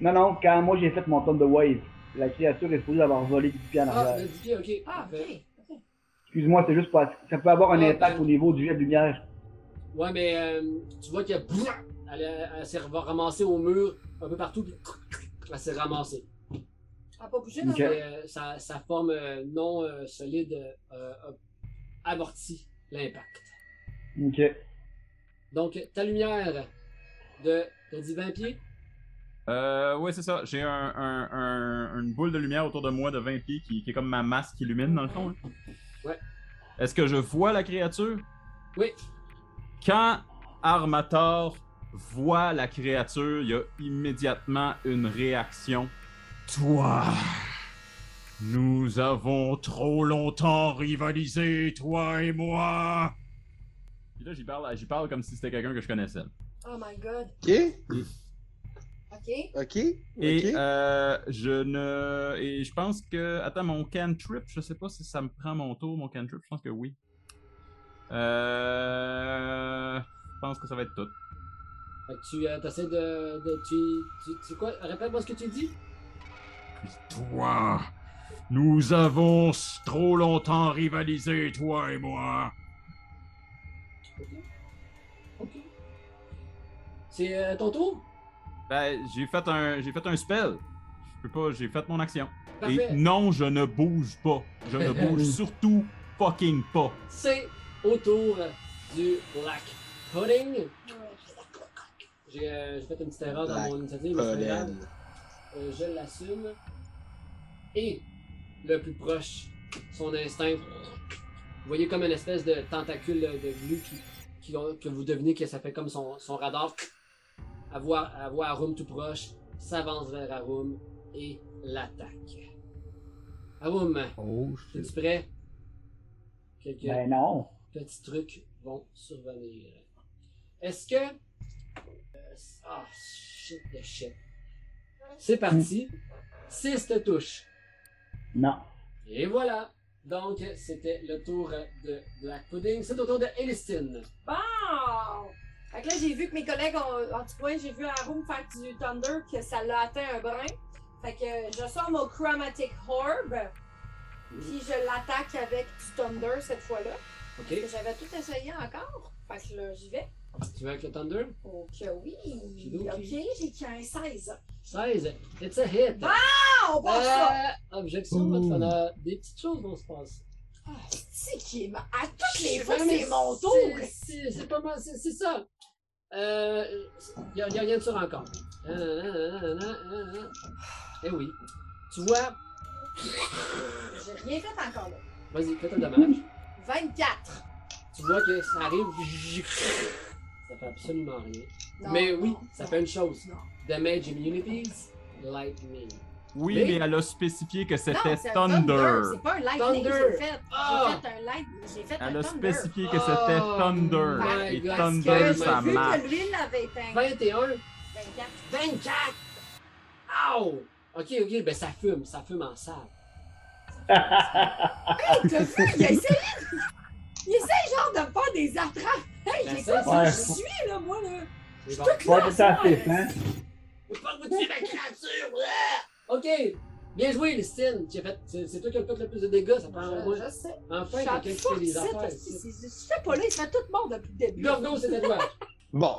Non, non, quand moi j'ai fait mon tom de wave, la créature est supposée avoir volé 10 pieds en Ah, arrière. de 10 pieds, ok. Ah, Parfait. OK. OK. Excuse-moi, c'est juste parce que ça peut avoir un Ah, impact ben. au niveau du jet de lumière. Ouais, mais euh, tu vois qu'elle elle, elle s'est ramassée au mur, un peu partout, puis elle s'est ramassée. Elle n'a pas bougé dans Ok. le- Et, euh, sa, sa forme euh, non euh, solide euh, a amorti l'impact. Ok. Donc, ta lumière de, t'as dit 20 pieds? Euh, ouais, c'est ça. J'ai un, un- un- une boule de lumière autour de moi de 20 pieds qui, qui est comme ma masse qui illumine dans le fond. hein. là. Ouais. Est-ce que je vois la créature? Oui. Quand Armator voit la créature, il y a immédiatement une réaction. Toi, nous avons trop longtemps rivalisé, toi et moi. Puis là, j'y parle, j'y parle comme si c'était quelqu'un que je connaissais. Oh my god. Ok, OK. ok, Et ok. euh, je ne. Et je pense que. Attends, mon cantrip, je sais pas si ça me prend mon tour, mon cantrip, je pense que oui. Euh. Je pense que ça va être tout. Fait que tu essaies de. de- tu, tu, tu quoi Répète-moi ce que tu dis. Puis toi, nous avons s- trop longtemps rivalisé, toi et moi. Ok. C'est euh, ton tour Ben, j'ai fait un, j'ai fait un spell. Je peux pas, j'ai fait mon action. Et Parfait. non, je ne bouge pas. Je ne bouge surtout fucking pas. C'est au tour du lac pudding. J'ai euh, j'ai fait une petite erreur dans Lac mon initiative, mais c'est pas grave. Colin. Euh, je l'assume. Et le plus proche, son instinct. Vous voyez comme une espèce de tentacule de glu qui, qui ont- que vous devinez que ça fait comme son, son radar. À voir, à voir Arum tout proche, s'avance vers Arum et l'attaque. Arum, Oh es-tu prêt? Quelques Ben non. petits trucs vont survenir. Est-ce que. euh, Ah, shit de shit. C'est parti. 6 te touche. Non. Et voilà. Donc, c'était le tour de Black Pudding. C'est au tour de Elistine. Wow! Fait que là, j'ai vu que mes collègues ont. En tout cas, j'ai vu Arum faire du Thunder, que ça l'a atteint un brin. Fait que je sors mon Chromatic Orb, puis je l'attaque avec du Thunder cette fois-là. OK? Parce que j'avais tout essayé encore. Fait que là, j'y vais. Tu veux avec le Thunder? Ok, oui. Okidoki. Ok, j'ai qu'un 16. 16. It's a hit. Ah, on passe ça! Euh, objection, votre honneur. Des petites choses vont se passer. Ah, c'est qui est ma- À toutes les Ouais, fois, mais c'est mon c'est- tour! C'est c'est pas mal, c'est c'est ça. Euh, y a, y a rien de Euh, sûr encore. euh, Eh oui. Tu vois, J'ai rien fait encore là. vas-y, fais un dommage. 24. Tu vois que ça arrive. Ça fait absolument rien. Non, Mais oui, non, ça non. fait une chose. Non. Damage immunities, lightning. Oui, Mais- mais, elle a spécifié que Non, c'était c'est un Thunder. C'est pas un lightning que Thunder. j'ai fait. Ah! J'ai fait un light, j'ai fait Elle un a thunder. spécifié que c'était Oh Thunder. my Et God, Thunder, Que Thunder, ça j'ai vu marche. que l'huile avait éteint. 21, 24. 24! Ow! Ok, ok, ben ça fume, ça fume en salle. Hey, t'as vu? Il a essayé! Il essaye genre de me faire des attrapes. Hey, j'ai J'essaie. quoi? Je suis là, moi, là. C'est bon. Pas Classe, de temps, ouais. c'est hein? Je pas que vous tuez ma créature! Ah! Ok! Bien joué, Listine! Tu as fait- C'est c'est toi qui as fait le plus de dégâts, ça prend un Je, je mois. sais. Enfin, Je quelqu'un qui suis fait des en affaires. force, c'est- c'est- c'est- Je sais pas là, il se fait tout le monde depuis le début. Gorgo, c'est à toi! Bon,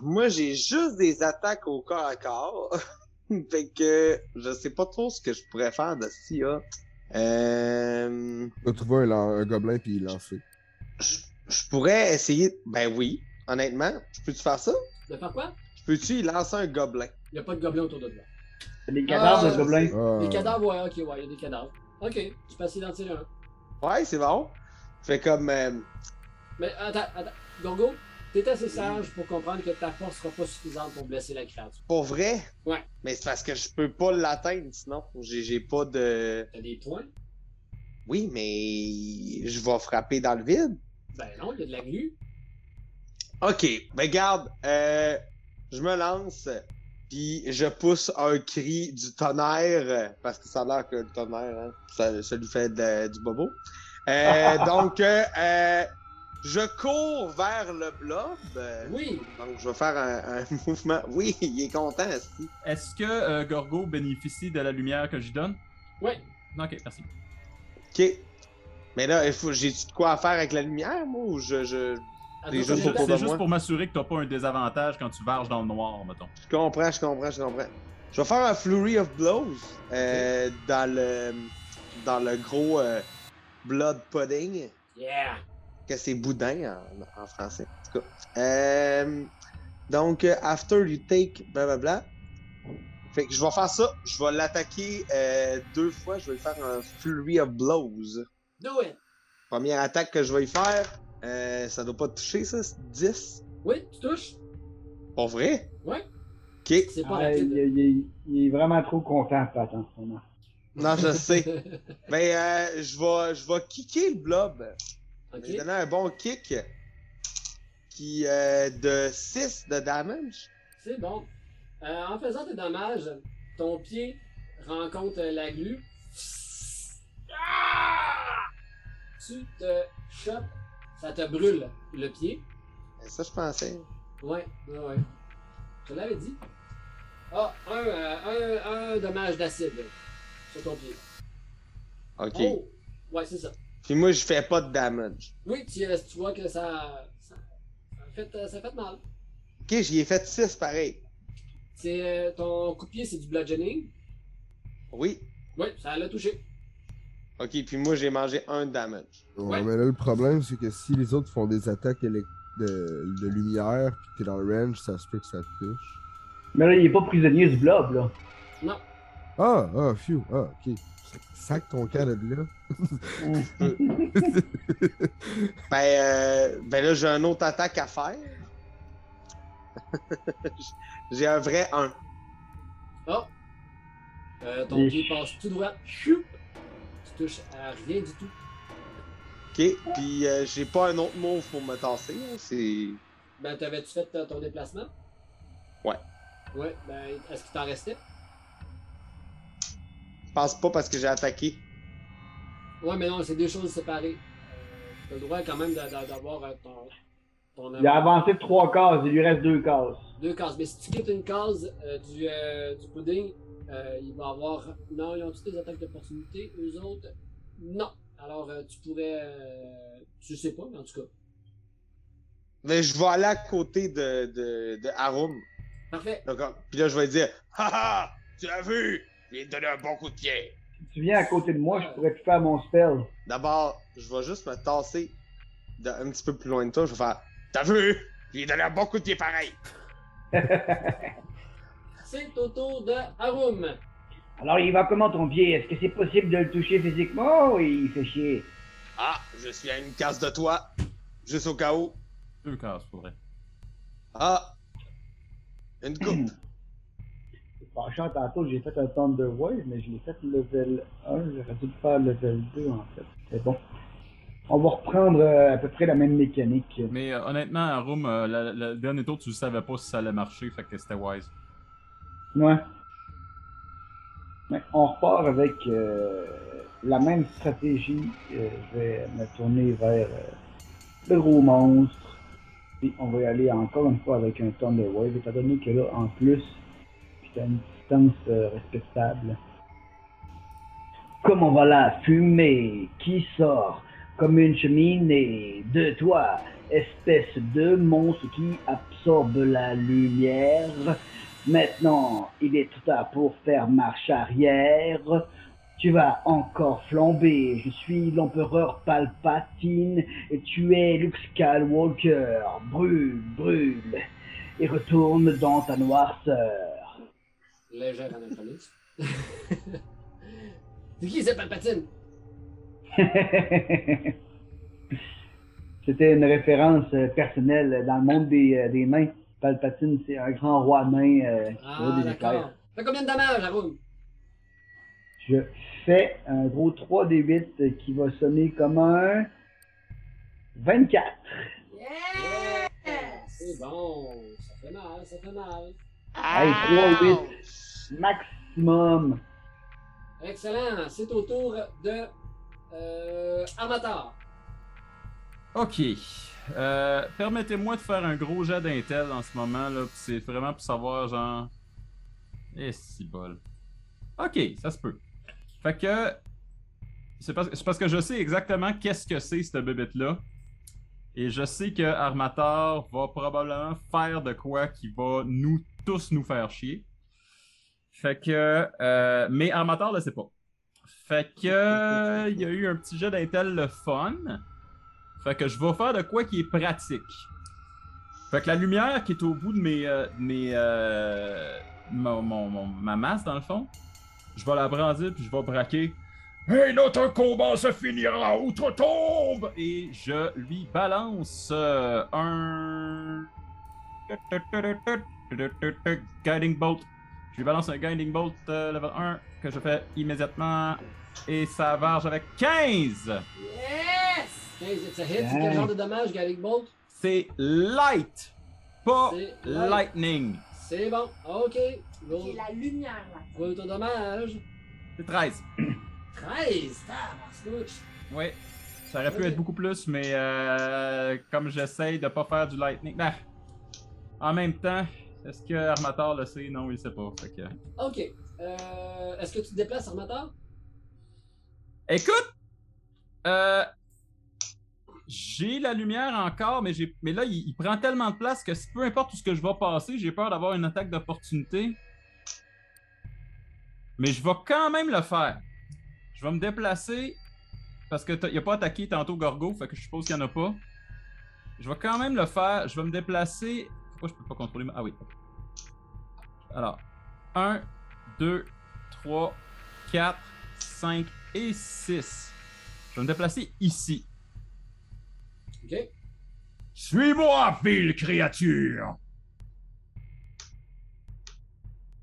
moi j'ai juste des attaques au corps à corps. fait que je sais pas trop ce que je pourrais faire de si hein. Euh, Tu vas trouver un, lan- un gobelin puis il lancer. je je pourrais essayer. Ben oui, honnêtement. Je peux-tu faire ça? De faire quoi? Je peux-tu y lancer un gobelin? Il n'y a pas de gobelin autour de toi. Les cadavres Ah, de gobelins. Ah, Des cadavres, ouais, ok, ouais, il y a des cadavres. Ok, tu peux essayer d'en tirer un. Ouais, c'est bon. Fait comme euh, Mais attends, attends, Gorgo, t'es assez sage pour comprendre que ta force sera pas suffisante pour blesser la créature. pour vrai. Ouais. Mais c'est parce que je peux pas l'atteindre, sinon j'ai j'ai pas de. T'as des points? Oui, mais je vais frapper dans le vide. Ben non, il y a de la glu. Ok, ben garde, euh, je me lance, puis je pousse un cri du tonnerre, euh, parce que ça a l'air que le tonnerre, hein, ça, ça lui fait de- du bobo. Euh, donc, euh, euh, je cours vers le blob. euh, Oui! Donc, je vais faire un, un mouvement. Oui, il est content, aussi. Est-ce que euh, Gorgo bénéficie de la lumière que j'y donne? Ouais! Non, ok, merci. Ok. Mais là, il faut- j'ai-tu de quoi à faire avec la lumière, moi, ou je... je... Attends, Des t'as jeux C'est Juste déjà- pour pas juste, de moi. pour m'assurer que t'as pas un désavantage quand tu varges dans le noir, mettons. Je comprends, je comprends, je comprends. Je vais faire un Flurry of Blows euh, dans le dans le gros euh, Blood Pudding, Yeah! que c'est boudin en, en français. En tout cas. Euh, donc, euh, after you take, blablabla. Fait que je vais faire ça, je vais l'attaquer euh, deux fois, je vais lui faire un Flurry of Blows. Do it! Première attaque que je vais y faire, euh, ça doit pas te toucher ça, c'est 10. Oui, tu touches. Pour vrai? Ouais. Ok. C'est pas Ah, il, rapide. il- il- il est vraiment trop content, Pat, en ce moment. Non, je sais. Mais euh, je vais je vais kicker le blob. Je vais lui ok. donner un bon kick. Qui euh, de 6 de damage. C'est bon. Euh, en faisant tes dommages, ton pied rencontre euh, la glu. Ah! Tu te chopes, ça te brûle le pied. Ben, Ça, je pensais. Ouais, ouais, ouais. Je te l'avais dit. Ah, un, euh, un, un dommage d'acide sur ton pied. Ok. Oh! Ouais, c'est ça. Puis moi, je fais pas de damage. Oui, tu, euh, tu vois que ça. Ça, ça fait, euh, ça fait mal. Ok, j'y ai fait 6 pareil. C'est, euh, ton coup de pied, c'est du bludgeoning. Oui. Oui, ça l'a touché. Ok, puis moi, j'ai mangé un de damage. Ouais, mais là, le problème, c'est que si les autres font des attaques élec- de, de lumière, puis que t'es dans le range, ça se peut que ça te touche. Mais là, il est pas prisonnier du blob, là. Non. Ah, ah, phew, ah, ok. Sac ton cas de là. Ben, euh, ben là, j'ai une autre attaque à faire. j'ai un vrai 1. Euh, ton Oui. pied passe tout droit. Choup! Tu touches à rien du tout. Ok, puis euh, j'ai pas un autre move pour me tasser. hein, C'est. Ben, t'avais-tu fait euh, ton déplacement? Ouais. Ouais, ben, est-ce qu'il t'en restait? Je pense pas parce que j'ai attaqué. Ouais, mais non, c'est deux choses séparées. T'as le droit quand même d'a- d'a- d'avoir euh, ton. ton Il a avancé de trois cases, il lui reste deux cases. Deux cases. Mais si tu quittes une case euh, du, euh, du pudding, euh, il va avoir. Non, ils ont-tu des attaques d'opportunité? Eux autres? Non. Alors, euh, tu pourrais. euh, Tu sais pas, mais en tout cas. Mais je vais aller à côté de, de, de Harum. Parfait. Donc, euh, puis là, je vais lui dire Haha, tu as vu Je viens te donner un bon coup de pied. Si tu viens à côté de moi, je pourrais plus faire mon spell. D'abord, je vais juste me tasser de- un petit peu plus loin de toi. Je vais faire T'as vu Je viens te donner un bon coup de pied pareil. C'est au tour de Harum. Alors, il va comment ton pied? Est-ce que c'est possible de le toucher physiquement? Oh, Oui, il fait chier. Ah, je suis à une case de toi. Juste au cas où. Deux cases, pour vrai. Ah Une coupe. Franchement, tantôt, j'ai fait un Thunder Wave, mais je l'ai fait level 1. J'aurais dû le faire level 2, en fait. C'est bon. On va reprendre euh, à peu près la même mécanique. Mais euh, honnêtement, à Room, euh, la- la- le dernier tour, tu savais pas si ça allait marcher, fait que c'était wise. Ouais. Mais on repart avec euh, la même stratégie. Euh, je vais me tourner vers euh, le gros monstre. Puis on va y aller encore une fois avec un Thunder Wave, étant donné que là, en plus, c'est à une distance euh, respectable. Comme on va la fumée qui sort comme une cheminée de toi, espèce de monstre qui absorbe la lumière. Maintenant, il est tout à pour faire marche arrière. Tu vas encore flamber. Je suis l'empereur Palpatine et tu es Luke Skywalker. Brûle, brûle et retourne dans ta noirceur. Légère anachronisme. C'est qui c'est Palpatine? C'était une référence euh, personnelle dans le monde des, euh, des nains. Palpatine, c'est un grand roi nain euh, qui Ah, a des éclairs. d'accord. Fait combien de dommages, Harum? Je fais un gros 3D8 qui va sonner comme un 24. C'est bon, ça fait mal, ça fait mal. Hey, 3-8 maximum. Excellent, c'est au tour de euh, Armatar. Ok. Euh, Permettez-moi de faire un gros jet d'intel en ce moment, là. puis C'est vraiment pour savoir, genre. Eh, si bol. Ok, ça se peut. Fait que. C'est parce, c'est parce que je sais exactement qu'est-ce que c'est, cette bébête-là. Et je sais que Armator va probablement faire de quoi qui va nous tous nous faire chier. Fait que. euh, mais Armator le sait pas. Fait que. euh, Il y a eu un petit jet d'intel le fun. Fait que je vais faire de quoi qui est pratique. Fait que la lumière qui est au bout de mes. euh, de mes euh, mon- mon- mon- ma masse, dans le fond, je vais la brandir puis je vais braquer. Et notre combat se finira outre-tombe! Et je lui balance euh, un Guiding Bolt. Je lui balance un Guiding Bolt euh, level 1 que je fais immédiatement. Et ça varge avec 15! Yes! 15, it's a hit. C'est quel genre de dommage, Gallic Bolt? C'est light! Pas C'est light. lightning! C'est bon. OK. Go. J'ai la lumière là. Go ton dommage. C'est 13. 13. Tabarnouche. Oui. Ça aurait pu Ok. être beaucoup plus, mais euh, comme j'essaye de pas faire du lightning. Ah. En même temps, est-ce que Armator le sait? Non, il sait pas. Fait que- OK. Euh, Est-ce que tu te déplaces, Armateur? Écoute! Euh, j'ai la lumière encore, mais, j'ai, mais là, il, il prend tellement de place que si- peu importe où ce que je vais passer, j'ai peur d'avoir une attaque d'opportunité. Mais je vais quand même le faire. Je vais me déplacer parce que t'as- il a pas attaqué tantôt Gorgo, fait que je suppose qu'il n'y en a pas. Je vais quand même le faire. Je vais me déplacer. Pourquoi je peux pas contrôler ma- Ah oui. Alors, 1, 2, 3, 4, 5 et 6. Je vais me déplacer ici. OK. Suis-moi, ville créature!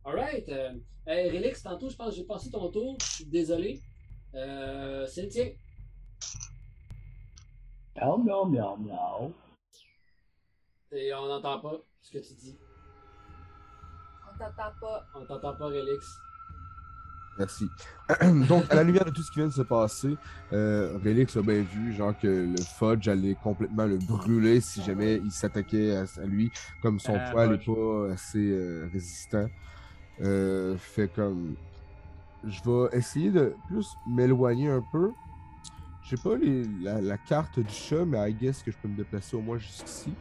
Alright. Euh, hey, Relix, tantôt, je pense que j'ai passé ton tour. Je suis Désolé. Euh, C'est le tien. Miaou, miaou, miaou, miaou. Et on n'entend pas ce que tu dis. On t'entend pas. On t'entend pas, Relix. Merci. Donc, à la lumière de tout ce qui vient de se passer, euh, Relix a bien vu, genre, que le Fudge allait complètement le brûler si jamais il s'attaquait à, à lui, comme son Ah, poil n'est Fudge. pas assez euh, résistant. Euh, fait comme. Je vais essayer de plus m'éloigner un peu. J'ai pas les- la, la carte du chat, mais I guess que je peux me déplacer au moins jusqu'ici.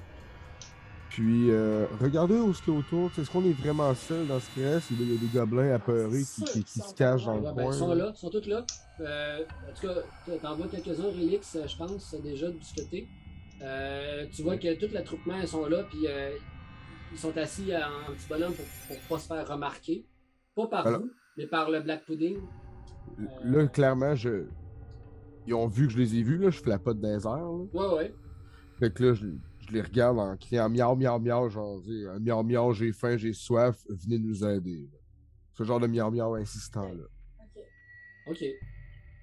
Puis, euh, regardez où ce qu'il y a autour. Est-ce qu'on est vraiment seul dans ce qu'il reste? Il y a des gobelins apeurés qui, qui- qui se cachent dans le Ouais, ben, coin. ils sont là, ils sont tous là. Euh, en tout cas, t- t'en vois quelques-uns, Relix, euh, je pense, euh, déjà de ce côté. Euh, tu vois que tout l'attroupement, ils sont là, puis euh, ils sont assis euh, en petit bonhomme pour, pour pas se faire remarquer. Pas par Alors- vous, mais par le Black Pudding. Là, clairement, je... ils ont vu que je les ai vus. Là. Je flapote dans les airs. là. Ouais, ouais. Fait que là, je, je les regarde en criant miaou, miaou, miaou. Genre, tu sais, miaou, miaou, j'ai faim, j'ai soif. Venez nous aider. là. Ce genre de miaou, miaou insistant. là. Ok. Ok.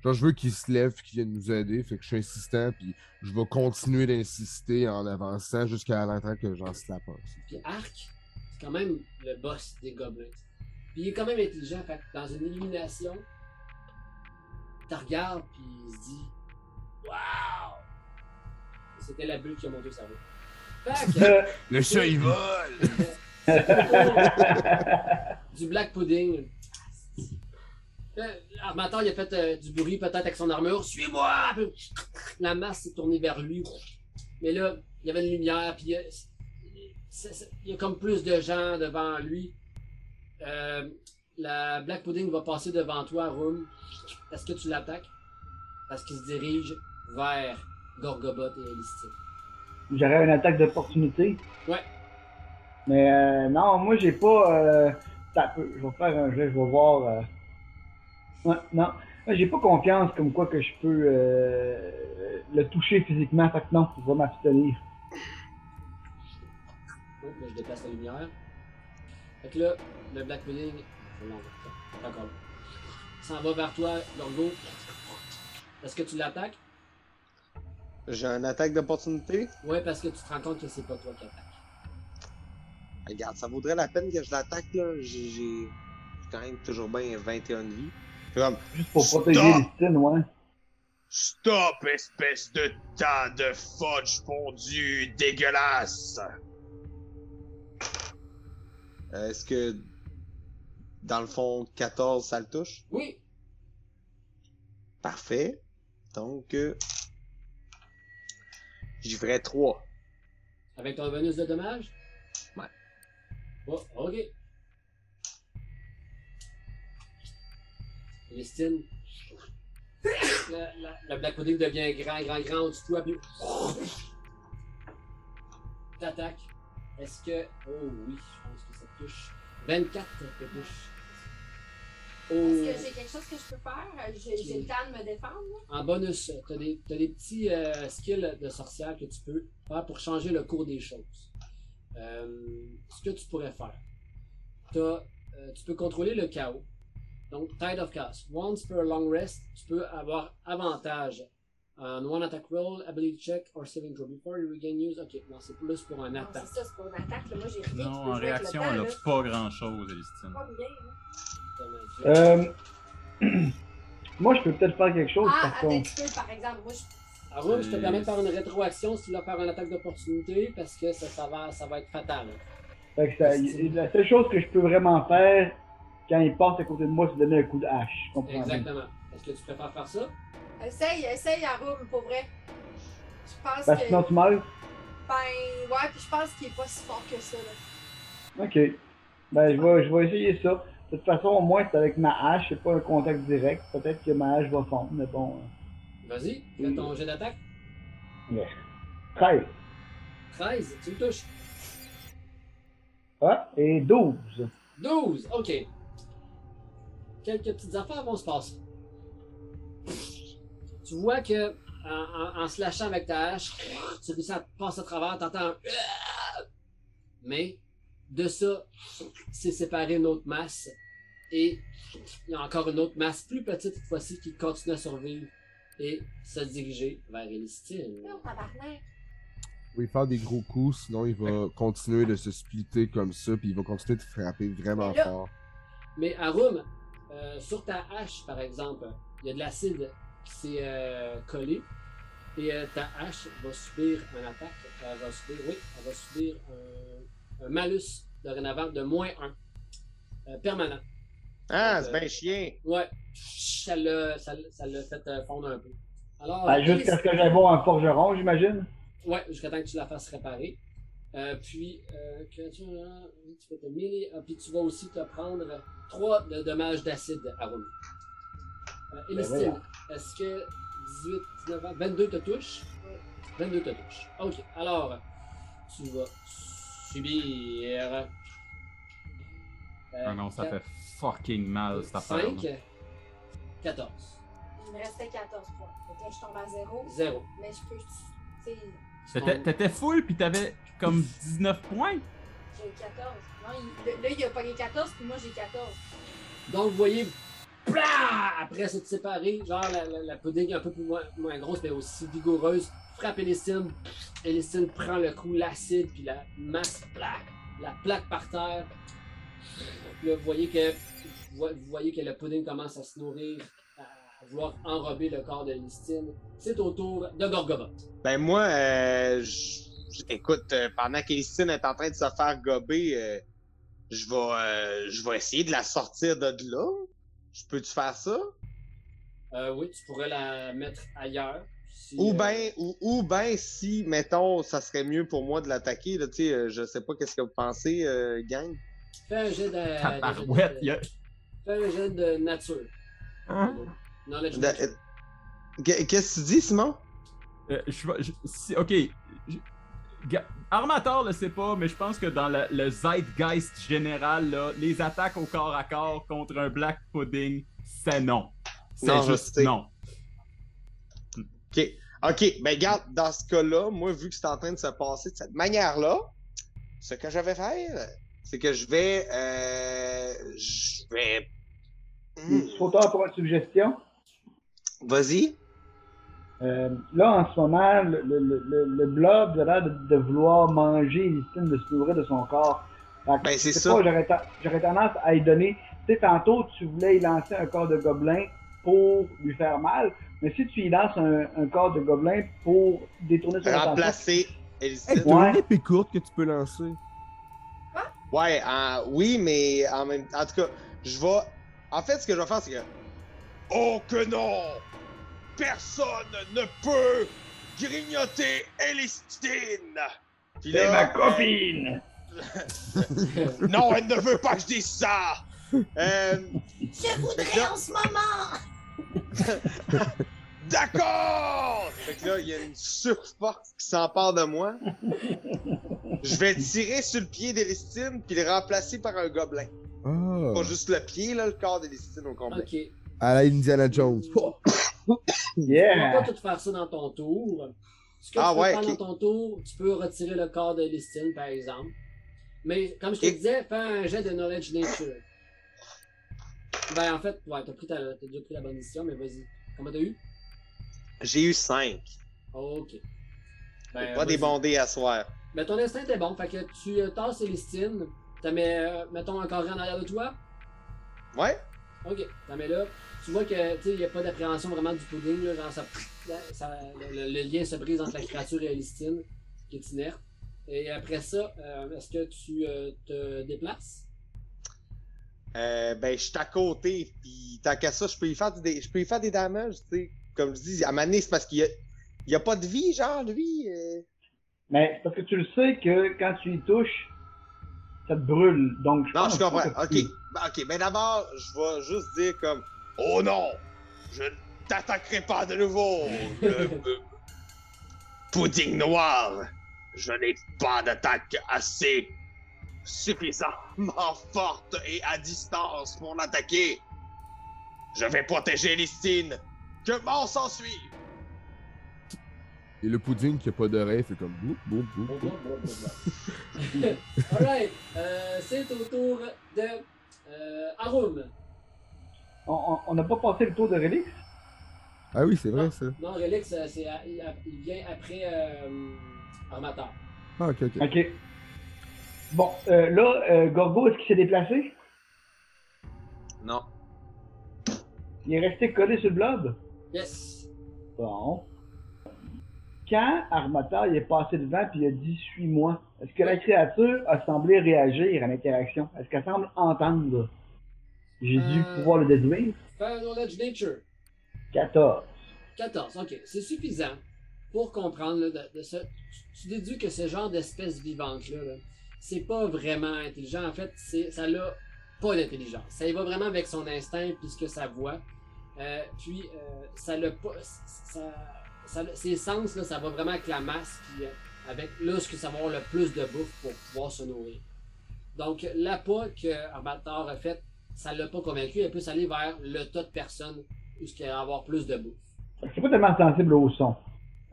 Genre, je veux qu'ils se lèvent et qu'ils viennent nous aider. Fait que je suis insistant. Puis je vais continuer d'insister en avançant jusqu'à l'entrée que j'en slappe un. Puis Arc, c'est quand même le boss des gobelins. Puis il est quand même intelligent, fait que dans une illumination, t'as regardes, puis il se dit Waouh C'était la bulle qui a monté au cerveau. Fait que, Euh, Le chat, il vole! du black pudding. Euh, Armateur, il a fait euh, du bruit peut-être avec son armure. Suis-moi! Puis, La masse s'est tournée vers lui. Mais là, il y avait une lumière, puis euh, c'est- c'est- il y a comme plus de gens devant lui. Euh, la black pudding va passer devant toi, Room. Est-ce que tu l'attaques? Parce qu'il se dirige vers Gorgobot et Elistine. J'aurais une attaque d'opportunité. Ouais. Mais euh, non, moi j'ai pas. Euh... t'as peu, Je vais faire un jeu, je vais voir. euh, Ouais, non. Moi, J'ai pas confiance comme quoi que je peux euh, le toucher physiquement. Fait que non, je vais m'abstenir. Donc Oh, là, je déplace la lumière. Fait que là, le Black Pudding. Faut l'enlever. D'accord. Il S'en va vers toi, Gorgo. Est-ce que tu l'attaques? J'ai une attaque d'opportunité. Ouais, parce que tu te rends compte que c'est pas toi qui attaque. Regarde, ça vaudrait la peine que je l'attaque, là. J'ai j'ai quand même toujours bien 21 de vie. Puis comme, Juste pour Stop! protéger les styles, ouais. Stop, espèce de tas de fudge fondu dégueulasse! euh, est-ce que, dans le fond, 14, ça le touche? Oui! Parfait. Donc, euh, j'y ferai 3. Avec ton bonus de dommage? Ouais. Oh, ok. Christine. Le, le- le Black Pudding devient grand, grand, grand au-dessus de toi, puis. T'attaques. Est-ce que. Oh oui, je pense que ça te touche. 24 te touche. Est-ce que Oh, j'ai quelque chose que je peux faire? Euh, J'ai j'ai le temps de me défendre? en bonus, t'as des, t'as des petits euh, skills de sorcière que tu peux faire pour changer le cours des choses. Euh, ce que tu pourrais faire, T'as, euh, tu peux contrôler le chaos. Donc, Tide of Chaos. Once per long rest, tu peux avoir avantage. Un one attack roll, ability check, or saving throw before you regain use. Ok, non, c'est plus pour un Non, attaque. c'est ça, c'est pour une attaque. Là. Moi, j'ai rien. Non, qui peut en jouer avec réaction, le temps, elle a là. pas grand-chose, Elistine. Pas bien, là. Euh... Moi, je peux peut-être faire quelque chose, Ah, par attends, contre. tu peux, par exemple. Moi, je... Arum, je te Euh, permets de faire une rétroaction si tu veux faire une attaque d'opportunité parce que ça, ça, va, ça va être fatal. Fait que ça- Esti. la seule chose que je peux vraiment faire quand il passe à côté de moi, c'est donner un coup de hache. Je comprends bien. Exactement. Est-ce que tu préfères faire ça? Essaye, essaye, Arum, pour vrai. Je pense Parce que. que Bah, sinon, tu meurs. Ben, ouais, puis je pense qu'il est pas si fort que ça, là. Ok. Ben, je vais, je vais essayer ça. De toute façon, au moins, c'est avec ma hache, c'est pas un contact direct. Peut-être que ma hache va fondre, mais bon. euh, Vas-y, fais ton jet d'attaque. 13. 13, tu le touches. Ah, et 12. 12, ok. Quelques petites affaires vont se passer. Tu vois que en, en- en se lâchant avec ta hache, tu réussis à passer à travers, t'entends un Mais de ça, c'est séparé une autre masse. Et il y a encore une autre masse plus petite cette fois-ci qui continue à survivre et se diriger vers Elistine. Non, tabarnak. Oui, faire des gros coups, sinon il va continuer de se splitter comme ça, puis il va continuer de frapper vraiment Mais là- fort. Mais Arum, euh, sur ta hache, par exemple, il y a de l'acide qui s'est euh, collé. Et euh, ta hache va subir une attaque. Elle va subir, oui, elle va subir un, un malus dorénavant de moins 1. permanent. Ah, c'est bien chien. Ouais. Ça l'a, ça, l'a- ça l'a fait euh, fondre un peu. Alors, Ben, jusqu'à ce que j'aille voir un forgeron, j'imagine. Ouais, jusqu'à temps que tu la fasses réparer. Euh, puis, euh, créature, hein, tu peux te mêler. Ah, puis tu vas aussi te prendre 3 de dommages d'acide à rouler. Euh, Elistine, voyons. est-ce que 18, 19 ans, 22 te touche 22 te touche. Ok, alors, tu vas subir. euh, Ah non, ça fait fucking mal, cette affaire. euh, 5, 14, Il me restait 14 points. Fait que là, je tombe à zéro. 0. Mais je peux. Tu sais, T'étais t'étais full, puis t'avais comme 19 points? j'ai 14. Non, il- le- là, il a pogné 14, puis moi, j'ai 14. Donc, vous voyez, blah, après s'être séparé, genre la, la, la pudding un peu plus moins, moins grosse, mais aussi vigoureuse, frappe Elistine. Elistine prend le coup, l'acide, puis la masse plaque, la plaque par terre. Là, vous voyez que, vous vo- vous voyez que le pudding commence à se nourrir, à vouloir enrober le corps de Elistine. C'est au tour de Gorgobot. Ben moi, euh, j- j- écoute, euh, pendant qu'Elistine est en train de se faire gober, euh, je vais euh, je vais essayer de la sortir de là. Je peux-tu faire ça? Euh, oui, tu pourrais la mettre ailleurs. si, Ou euh, ben, ou, ou ben si, mettons, ça serait mieux pour moi de l'attaquer, là, tu sais, euh, je sais pas qu'est-ce que vous pensez, euh, gang. Fais un jet de. Tabarouette, de- il y a... Fais un jet de nature. Hein? Knowledge De- nature. euh, qu'est- Qu'est-ce que tu dis, Simon? Euh, je vais- je- si- ok. je- Ga- Armator le sait pas, mais je pense que dans la- le zeitgeist général, là, les attaques au corps à corps contre un black pudding, c'est non. C'est Non, je juste sais. non. OK. OK, ben regarde, dans ce cas-là, moi, vu que c'est en train de se passer de cette manière-là, ce que je vais faire, c'est que je vais... euh, je vais... Hmm. Faut tard pour une suggestion. Vas-y. Euh, là, en ce moment, le, le, le- le, le blob a l'air de, de vouloir manger Elistine, de se nourrir de son corps. Fait que, Ben, c'est je sais ça. pas, J'aurais ten- j'aurais tendance à y donner. Tu sais, tantôt, tu voulais y lancer un corps de gobelin pour lui faire mal, mais si tu y lances un, un corps de gobelin pour détourner son attention. Remplacer Hey, Elisabeth. t'as Ouais. une épée courte que tu peux lancer. Ouais, en- oui, mais en même En tout cas, je vais. En fait, ce que je vais faire, c'est que. Oh que non! Personne ne peut grignoter Elistine! Puis là, euh, non, elle ne veut pas que je dise ça! Euh, Je Fait que voudrais là- en ce moment! D'accord! Fait que là, il y a une surforce qui s'empare de moi. Je vais tirer sur le pied d'Elistine puis le remplacer par un gobelin. Ah. Pas juste le pied, là, le corps d'Elistine au complet. Ok. À la Indiana Jones. Oh! Tu Yeah! vas pas tout faire ça dans ton tour. Ce que Ah tu peux ouais, faire ok. dans ton tour, tu peux retirer le corps de Listine, par exemple. Mais comme je te Et- disais, fais un jet de Knowledge Nature. Ben, en fait, ouais, t'as pris ta- t'as déjà pris la bonne décision, mais vas-y. Comment t'as eu? J'ai eu 5. Ok. Pas Ben, des vas-y. bons dés à soir. Mais ton instinct était bon, fait que tu euh, tasses Célestine, t'as mets, euh, mettons, encore rien en arrière de toi. Ouais? Ok, t'en mets là. Tu vois que, tu sais, y a pas d'appréhension vraiment du pudding, là, genre ça, ça- le, le lien se brise entre la créature et Listine, qui est inerte. Et après ça, euh, est-ce que tu euh, te déplaces? Euh, ben, je suis à côté, puis tant qu'à ça, je peux y faire, du dé- je peux y faire des damages, tu sais. Comme je dis, à Mané, c'est parce qu'il y a... il y a pas de vie, genre, lui. euh. Mais c'est parce que tu le sais que quand tu y touches, ça te brûle. Donc, je Non, pense je pas comprends. que Ok. tu- Ben, Ok, ben d'abord, je vais juste dire comme Oh non! Je ne t'attaquerai pas de nouveau! Le- le- Pudding noir! Je n'ai pas d'attaque assez suffisamment forte et à distance pour l'attaquer! Je vais protéger Listine! Que mort s'en suive! Et le pudding qui a pas d'oreille fait comme boum, boum, boum. Bon, boum. bon, bon, bon, bon. Alright, euh, c'est au tour de euh, Arum. On- on- On n'a pas passé le tour de Relix? Ah oui, c'est vrai ça. Non, Relix, euh, c'est, à- il, il vient après euh, Armateur. Ah, ok, ok. OK. Bon, euh, là, euh, Gorgo, est-ce qu'il s'est déplacé? Non. Il est resté collé sur le blob? Yes! Bon. Quand Armata il est passé devant puis il a dit « Suis-moi », est-ce que la créature a semblé réagir à l'interaction? Est-ce qu'elle semble entendre? J'ai dû Euh. pouvoir le déduire. Fais un knowledge nature. 14. 14, ok. C'est suffisant pour comprendre là, de, de ce. Tu, tu déduis que ce genre d'espèce vivante-là, là, c'est pas vraiment intelligent. En fait, c'est, ça l'a pas d'intelligence. Ça y va vraiment avec son instinct puisque sa voix. Euh, puis, euh, ça l'a pas. Ça, ça l'a- ses sens, là, ça va vraiment avec la masse, puis euh, avec là, ce que ça va avoir le plus de bouffe pour pouvoir se nourrir. Donc, l'appât que Armator a fait, ça l'a pas convaincu. Elle peut s'aller vers le tas de personnes où ce qu'il va y avoir plus de bouffe. C'est pas tellement sensible au son.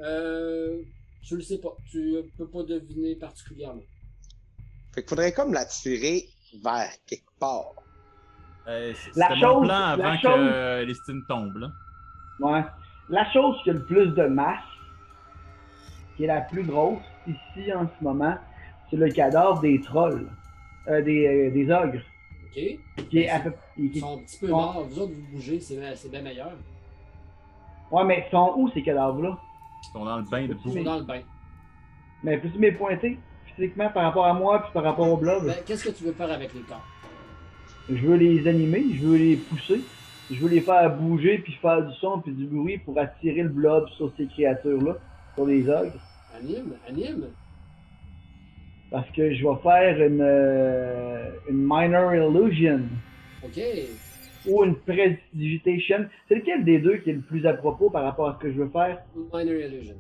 Euh, je le sais pas. Tu euh, peux pas deviner particulièrement. Fait qu'il faudrait comme la tirer vers quelque part. Euh, c'est- La C'était chose- mon plan la avant chose- que Listine tombe. Là. Ouais. La chose qui a le plus de masse, qui est la plus grosse ici en ce moment, c'est le cadavre des trolls, euh, des, euh, des ogres, OK? qui est à peu Ils qui- sont un petit peu Ouais. morts. Vous autres, vous bougez, c'est c'est bien meilleur. Ouais, mais ils sont où ces cadavres-là? Ils sont dans le bain de Ils boue. sont dans le bain. Mais plus mes pointés, physiquement par rapport à moi puis par rapport au blob. Ben, Qu'est-ce que tu veux faire avec les corps? Je veux les animer, je veux les pousser, je veux les faire bouger puis faire du son puis du bruit pour attirer le blob sur ces créatures-là, sur les ogres. Anime, anime. Parce que je vais faire une, euh, une minor illusion. OK. ou une prestidigitation. C'est lequel des deux qui est le plus à propos par rapport à ce que je veux faire? Minor illusion.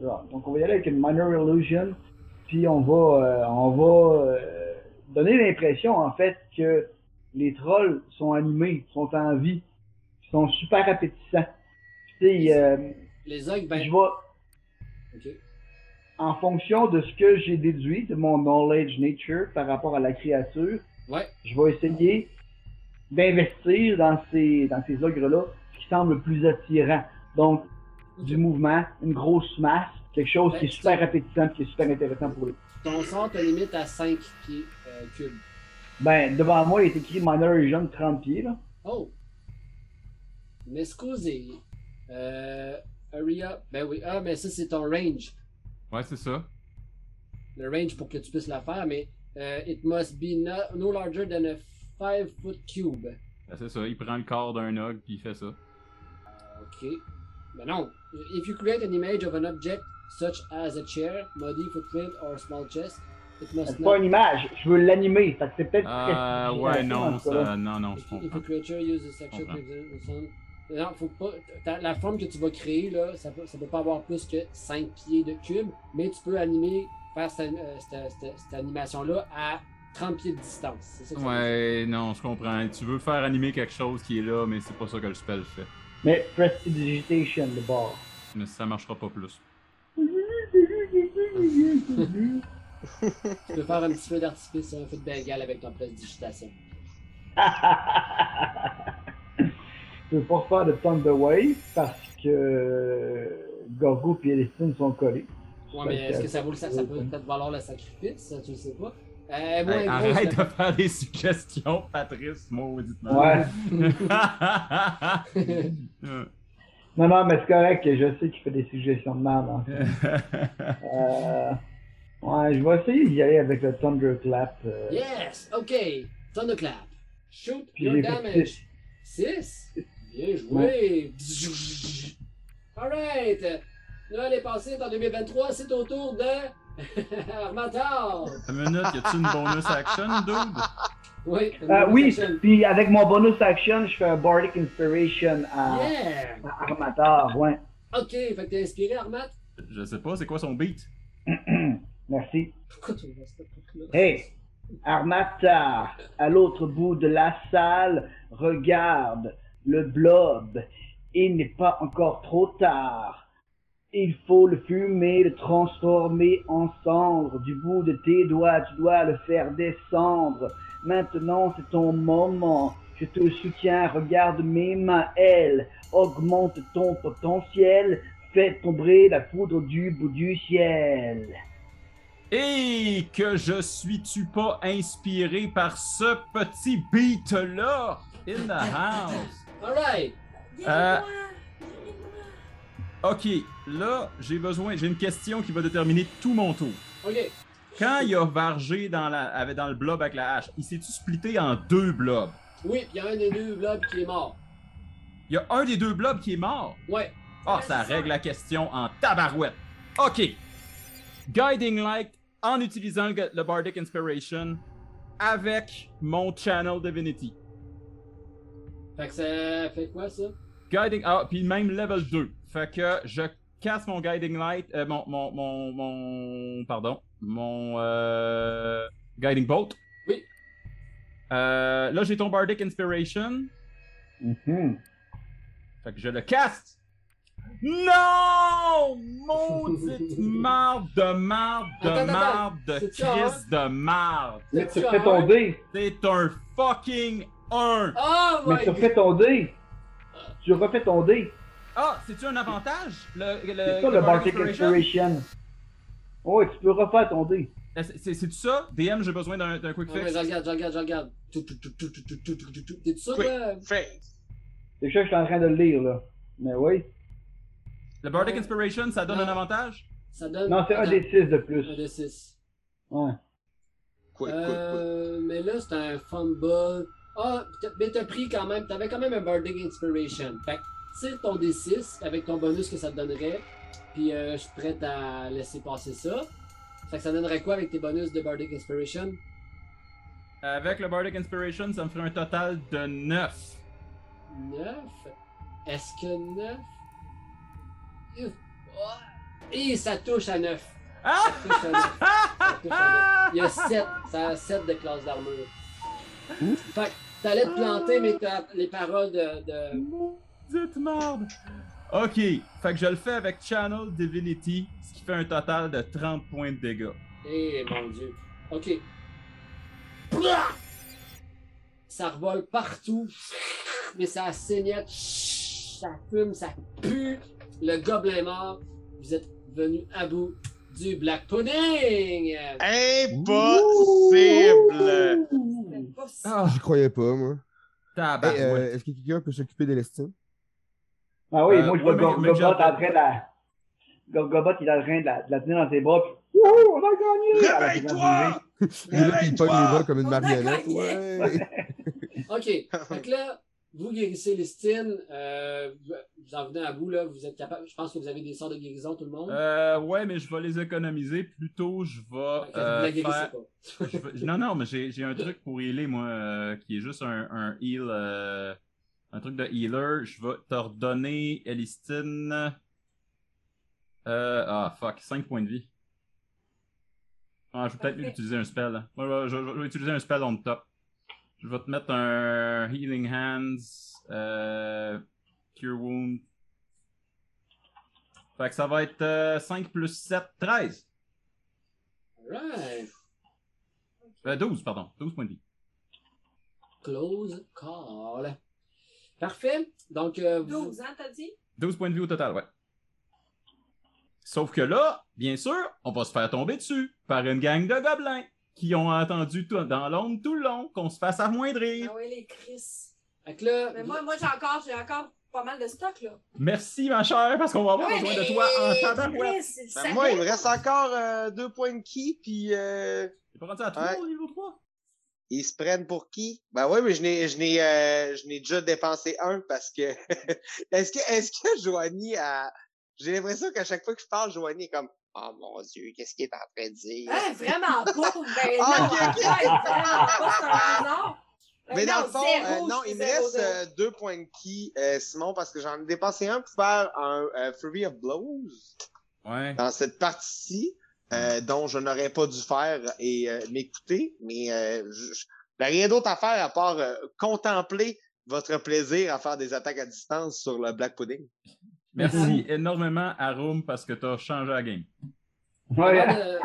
Alors, donc on va y aller avec une minor illusion, puis on va, euh, on va euh, donner l'impression en fait que les trolls sont animés, sont en vie, sont super appétissants. Puis, tu sais, euh, Les ogres, ben. je vais OK. en fonction de ce que j'ai déduit de mon knowledge nature par rapport à la créature, Ouais. je vais essayer d'investir dans ces, dans ces ogres-là ce qui semble le plus attirant. Donc, du mouvement, une grosse masse, quelque chose qui est super appétissant qui est super intéressant pour eux. Ton sort te limite à 5 pieds euh, cubes. Ben, devant moi, il est écrit Minor Illusion 30 pieds, là. Oh! Mais excusez. Euh, area. Ben oui. Ah, mais ça, c'est ton range. Ouais, c'est ça. le range pour que tu puisses la faire, mais euh, it must be no, no larger than a 5 foot cube. Ben, c'est ça. Il prend le corps d'un ogre puis il fait ça. Ok. Mais non. If you create an image of an object such as a chair, body, footprint or small chest, it must C'est pas not. une image, je veux l'animer. Fait que c'est peut-être. Ah, prestidigitation, ouais, en non, tout cas, là. ça. Non, non, je If, if comprends. a creature uses a action to comprends. examine the sun- Non, faut pas. ta- la forme que tu vas créer, là, ça peut, ça peut pas avoir plus que 5 pieds de cube, mais tu peux animer, faire cette, euh, cette- cette- cette animation-là à 30 pieds de distance. C'est ça que ça veut dire. Ouais, non, je comprends. Tu veux faire animer quelque chose qui est là, mais c'est pas ça que le spell fait. Mais Prestidigitation, le bord. mais ça marchera pas plus. Tu peux faire un petit feu d'artifice, un feu de bengale avec ton prestidigitation. Je peux pas faire de Thunder Wave parce que euh, Gorgo et Elestine sont collés. Ouais, mais est-ce que ça vaut le sac? Ça peut peut-être valoir le sacrifice, ça, tu le sais pas. Euh, moi, Hey, grosse- arrête de faire des suggestions, Patrice, mauditement. Ouais. Euh, Non, non, mais c'est correct, je sais qu'il fait des suggestions de merde. hein. Euh, ouais, je vais essayer d'y aller avec le Thunderclap. euh, Yes! OK! Thunderclap! Shoot puis your j'ai fait damage! six. 6! Bien joué! Alright! Noël est passé c'est en 2023, c'est au tour de. Armator! une minute, y a-tu une bonus action, dude? Oui! Euh, oui, action. puis avec mon bonus action, je fais un Bardic Inspiration à, Yeah! à Armatar, ouais. Ok, fait que t'es inspiré, Armat? Je sais pas, c'est quoi son beat? Merci. Pourquoi tu me laisses pas parler? Hey, Armatar, à l'autre bout de la salle, regarde le blob. Il n'est pas encore trop tard. Il faut le fumer, le transformer en cendre. Du bout de tes doigts, tu dois le faire descendre. Maintenant, c'est ton moment. Je te soutiens, regarde mes mains, elles. Augmente ton potentiel. Fais tomber la poudre du bout du ciel. Et que je suis-tu pas inspiré par ce petit beat-là? In the house! Alright! Viens-moi! Ok, là, j'ai besoin, j'ai une question qui va déterminer tout mon tour. Ok! Quand il a vargé dans, la, avec- dans le blob avec la hache, il s'est-tu splitté en deux blobs? Oui, pis y a un des deux blobs qui est mort. Il y a un des deux blobs qui est mort. Ouais! Ah, ça règle la question en tabarouette. OK. Guiding Light en utilisant le, le Bardic Inspiration avec mon Channel Divinity. Fait que ça fait quoi ça? Guiding. Ah, puis même level 2. Fait que je casse mon Guiding Light. euh, mon, mon, mon, mon- Pardon. Mon. euh, Guiding Bolt. Oui. Euh, là, j'ai ton Bardic Inspiration. Mhm. Fait que je le casse. Non! Maudite marde de marde de Attends, attends, marde de c'est-tu crise de marde. Mais C'est tu ça, fais ton hein? dé. C'est un fucking 1. Ah, Oh Mais my tu god! refais ton dé. Tu refais ton dé. Ah, c'est-tu un avantage? Le, le, C'est ça le le Bardic Bardic Inspiration. Ouais, tu peux refaire ton dé. Ah, c'est- C'est c'est-tu ça? DM, j'ai besoin d'un d'un quick Ah, Ouais, mais fix. je regarde, je regarde, je regarde. Tout, tout, tout, tout, tout, tout, tout, tout, tout, tout. T'es sûr, euh, Oui. là? Fait. C'est ça que je suis en train de le lire, là. Mais oui. Le Bardic Inspiration, ça donne Non. un avantage? Ça donne. Non, c'est un Attends. des six de plus. Un des six. Ouais. Quoi, quoi, Euh, mais là, c'est un fumble. Ah, t'as- mais t'as pris quand même, t'avais quand même un Bardic Inspiration. Fait que tire ton D6 avec ton bonus que ça te donnerait. Puis euh, je suis prêt à laisser passer ça. Fait que ça donnerait quoi avec tes bonus de Bardic Inspiration? Avec le Bardic Inspiration, ça me ferait un total de 9. 9? Est-ce que 9? Ouf. Ah. Et ça touche à 9. Ah! Ça touche à 9. Ça touche à 9. Il y a 7. Ça a 7 de classe d'armure. Fait que t'allais te planter, mais t'as les paroles de. de... Maudite merde! Ok, fait que je le fais avec Channel Divinity, ce qui fait un total de 30 points de dégâts. Eh mon dieu. Ok. Pouah! Ça revole partout. Mais ça saignette. Ça fume, ça pue. Le gobelin mort. Vous êtes venu à bout du Black Pudding! Impossible! C'est pas si- J'y croyais pas, moi. Tabarouette. Hey, euh, Est-ce que quelqu'un peut s'occuper d'Elestine? Ah oui, Euh, moi, ouais, je vois mais- Gorgobot mais que en j'entends- train de la... Gorgobot, il est en train de la, de la tenir dans ses bras, puis... Wouhou, on a gagné! Alors, Réveille-toi! Il est là, puis il pogne les bras comme une On a marionnette. gagné! Ouais. OK. Donc là, vous guérissez Listine. Euh, vous en venez à bout, là. Vous êtes capable. Je pense que vous avez des sorts de guérison, tout le monde. Euh, ouais, mais je vais les économiser. Plutôt, je Fait vais. que euh, vous la guérissez faire- pas. je vais- Non, non, mais j'ai j'ai un truc pour healer, moi, euh, qui est juste un, un heal. euh, Un truc de healer. Je vais t'ordonner, Elistine. Euh, ah, fuck, 5 points de vie. Ah, je vais peut-être Parfait. utiliser un spell. Ouais, ouais, je, je- je vais utiliser un spell on top. Je vais te mettre un Healing Hands, euh, Cure Wound. Fait que ça va être euh, 5 plus 7, 13. Right. Euh, 12, pardon. 12 points de vie. Close call. Parfait. Donc, euh, vous- 12, hein, t'as dit? 12 points de vie au total, ouais. Sauf que là, bien sûr, on va se faire tomber dessus par une gang de gobelins qui ont entendu tout- dans l'ombre tout le long qu'on se fasse amoindrir. Ah oui, les Chris. fait que là, Mais vous- moi, moi j'ai encore, j'ai encore pas mal de stock, là. Merci, ma chère, parce qu'on va avoir Ouais, besoin mais- de toi en tabarouette. Chris, il Ben, savait. moi, il me reste encore euh, deux points de qui, puis euh, T'es pas rendu à 3 Ouais. au niveau 3? ils se prennent pour qui? Ben ouais, mais je n'ai je n'ai euh, je n'ai déjà dépensé un parce que est-ce que est-ce que Joanie a j'ai l'impression qu'à chaque fois que je parle, Joanie est comme Oh mon dieu, qu'est-ce qu'il est en train de dire? Hein, vraiment pas. Ben non, ok, ouais, Ah, ok. vraiment pas, c'est un hasard. Ben Mais dans le fond, zéro, euh, je non, dis il me zéro, reste zéro. euh, deux points de ki, euh, Simon, parce que j'en ai dépensé un pour faire un euh, Fury of Blows Ouais. dans cette partie-ci, euh, dont je n'aurais pas dû faire et euh, m'écouter, mais euh, je- je- il n'y a rien d'autre à faire à part euh, contempler votre plaisir à faire des attaques à distance sur le Black Pudding. Merci énormément à Room parce que t'as changé la game. Ouais. Avant de-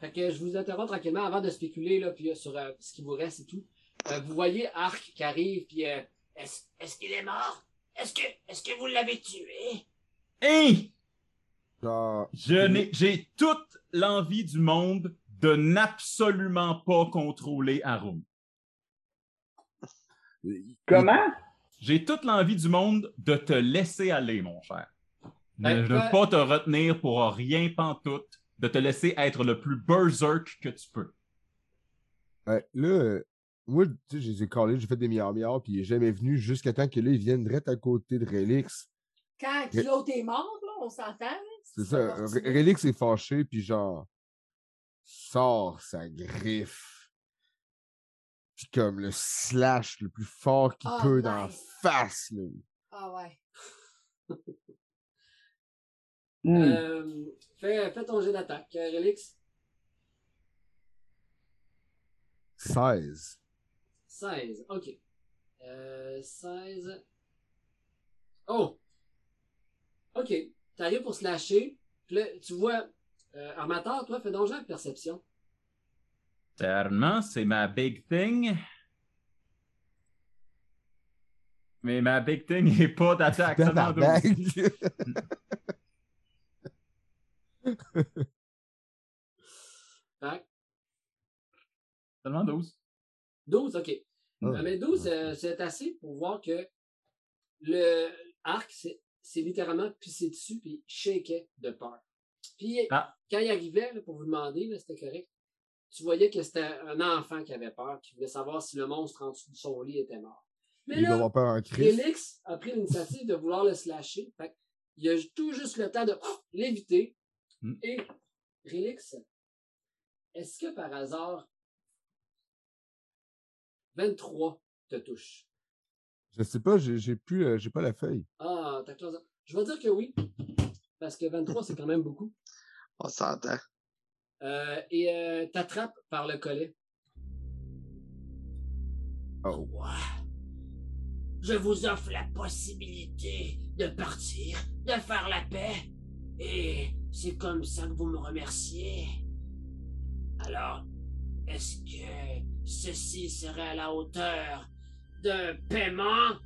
fait que je vous interromps tranquillement avant de spéculer là, puis, euh, sur euh, ce qui vous reste et tout. Euh, vous voyez Arc qui arrive, puis euh, est-ce est-ce qu'il est mort? Est-ce que, est-ce que vous l'avez tué? Hey! Genre, Je n'ai, j'ai toute l'envie du monde de n'absolument pas contrôler Arum. Comment? J'ai toute l'envie du monde de te laisser aller, mon cher. De Ben, ne toi- pas te retenir pour rien pantoute, de te laisser être le plus berserk que tu peux. ouais, là, euh, moi, tu sais, je les ai collés, j'ai fait des miards miards, puis il est jamais venu jusqu'à temps que là, ils viennent direct à côté de Relix. Quand euh, Mais- l'autre est mort, là, on s'entend. là, C'est ça, parti. Re- Relix est fâché, puis genre, sort sa griffe. Puis comme le slash le plus fort qu'il Oh, peut dans la nice. face, là. Ah ouais. Hmm. Euh, fais, fais ton jeu d'attaque, euh, Relix. 16. 16, ok. Euh, 16. Oh! Ok, t'arrives pour se lâcher. Puis là, tu vois, euh, Armateur, toi, fais donc jeu de perception. Clairement, c'est ma big thing. Mais ma big thing n'est pas d'attaque. seulement douze. Tabarnak. Fait que Seulement 12. 12, ok. Ah, Ah, mais 12, euh, c'est assez pour voir que le arc s'est s'est littéralement pissé dessus puis shakeait de peur. Puis Ah. quand il arrivait là, pour vous demander, là, c'était correct, tu voyais que c'était un enfant qui avait peur, qui voulait savoir si le monstre en dessous de son lit était mort. Mais Il doit là, avoir peur en crise. Félix a pris l'initiative de vouloir le slasher. Fait que il a tout juste le temps de l'éviter. Hmm. Et Félix, est-ce que par hasard 23 te touche? Je sais pas, j'ai j'ai plus, euh, j'ai pas la feuille. Ah, ta classe. Je vais dire que oui, parce que 23, c'est quand même beaucoup. On s'entend. Euh, et euh, t'attrapes par le collet. Oh. Je vous offre la possibilité de partir, de faire la paix. Et c'est comme ça que vous me remerciez. Alors, est-ce que ceci serait à la hauteur d'un paiement?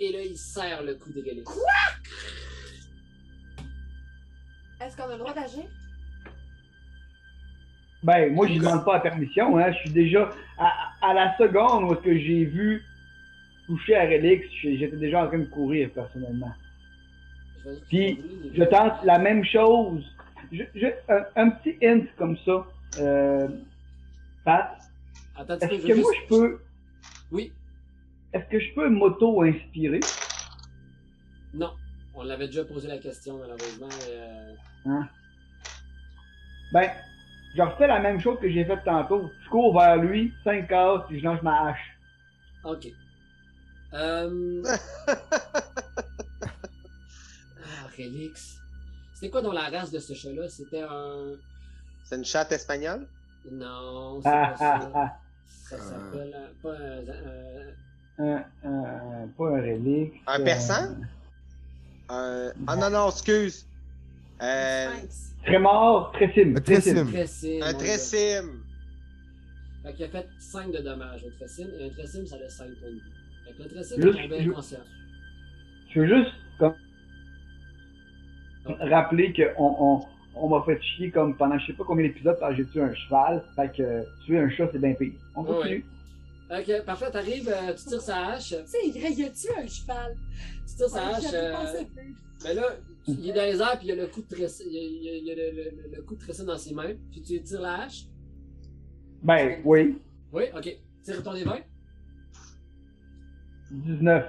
Et là, il serre le coup de Gélix. Est-ce qu'on a le droit d'agir? Ben, moi, je demande pas la permission, hein. Je suis déjà, à, à la seconde où est-ce que j'ai vu toucher à Relix, j'ai- j'étais déjà en train de courir, personnellement. Je vais dire que Puis, tu vas brûler les Je tente la même chose. Je, je- un, un petit hint comme ça, euh, Pat. Attends, tu peux, Est-ce je que veux moi, juste- je peux, Oui, est-ce que je peux m'auto-inspirer? non. On l'avait déjà posé la question, malheureusement. et, euh, Ben, je refais la même chose que j'ai faite tantôt. Je cours vers lui, 5 cases, puis je lance ma hache. Ok. Euh... ah, Relix. C'était quoi dans la race de ce chat-là? C'était un... C'est une chatte espagnole? Non, c'est Ah, pas ah, ça. ah. Ça s'appelle... euh, Pas un... un- Un, un, euh, pas un relique. Un persan? Un... Ah Euh, non, non, excuse. Euh, Sphinx. Trémor, Tressim. Un Tressim. Tressim. un mon gars. tressim. Fait qu'il a fait 5 de dommages au Tressim, et un Tressim, ça laisse 5 points de vie. Fait que le Tressim Juste- est tombé je- inconscient. Je veux juste comme, rappeler qu'on on, on m'a fait chier comme pendant je sais pas combien d'épisodes parce que j'ai tué un cheval. Fait que euh, tuer un chat, c'est bien pire. On Ouais, continue. Ok, parfait, t'arrives, euh, tu tires sa hache, Tu sais, il y a-tu un cheval? tu tires sa hache, J'avais euh, pensé plus. mais là, tu- il est dans les airs, puis il y a le coup de Tressim, il y a, il y a- il y a le, le- le- le coup de Tressim dans ses mains, puis tu lui tires la hache. Ben oui, Oui, ok. Tire ton des 20. 19.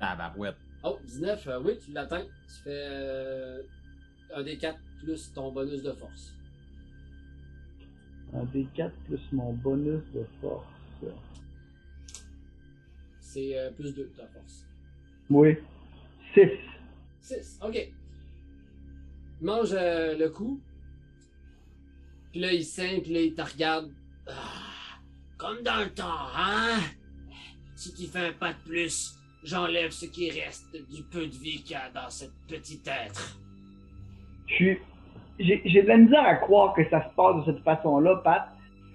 Ah, bah, ouais. Oh, 19, euh, oui, tu l'atteins. Tu fais euh, un des 4 plus ton bonus de force. Un D4 plus mon bonus de force. C'est euh, plus 2 ta force. Oui. 6. 6, ok. Il mange euh, le coup. Puis là, il saigne, puis là, il te regarde. Ah, comme dans le temps, hein? Si tu fais un pas de plus, j'enlève ce qui reste du peu de vie qu'il y a dans cette petite être. Je suis. J'ai j'ai de la misère à croire que ça se passe de cette façon-là, Pat,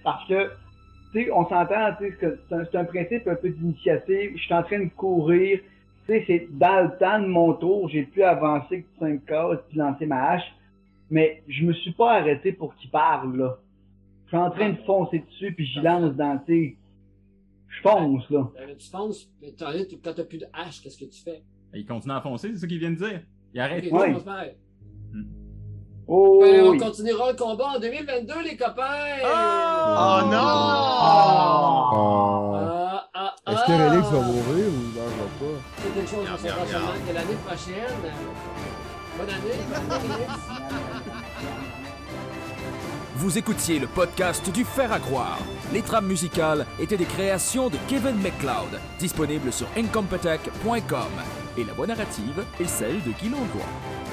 parce que, tu sais, on s'entend, tu sais, que c'est un, c'est un principe un peu d'initiative. Je suis en train de courir. Tu sais, c'est dans le temps de mon tour, j'ai pu avancer que 5 cases puis lancer ma hache, mais je me suis pas arrêté pour qu'il parle, là. Je suis en train de foncer dessus puis j'y lance dans, tu sais, je fonce, là. Euh, tu fonces, mais t'en es- quand t'as plus de hache, qu'est-ce que tu fais? Il continue à foncer, c'est ça qu'il vient de dire. Il arrête Ok, pas. ouais. tu vas faire. Oh, Ben, on oui. continuera le combat en 2022, les copains! Ah! Oh non! Ah. Ah, ah, ah! Est-ce que Relix va mourir ou il en va pas? C'est quelque chose qu'on se Regarde, fera regarde, seulement que l'année prochaine. euh, Bonne année! bonne année, Félix. Vous écoutiez le podcast du Fer à croire. Les trames musicales étaient des créations de Kevin MacLeod, disponibles sur incompetech.com. Et la voix narrative est celle de Guy Langlois.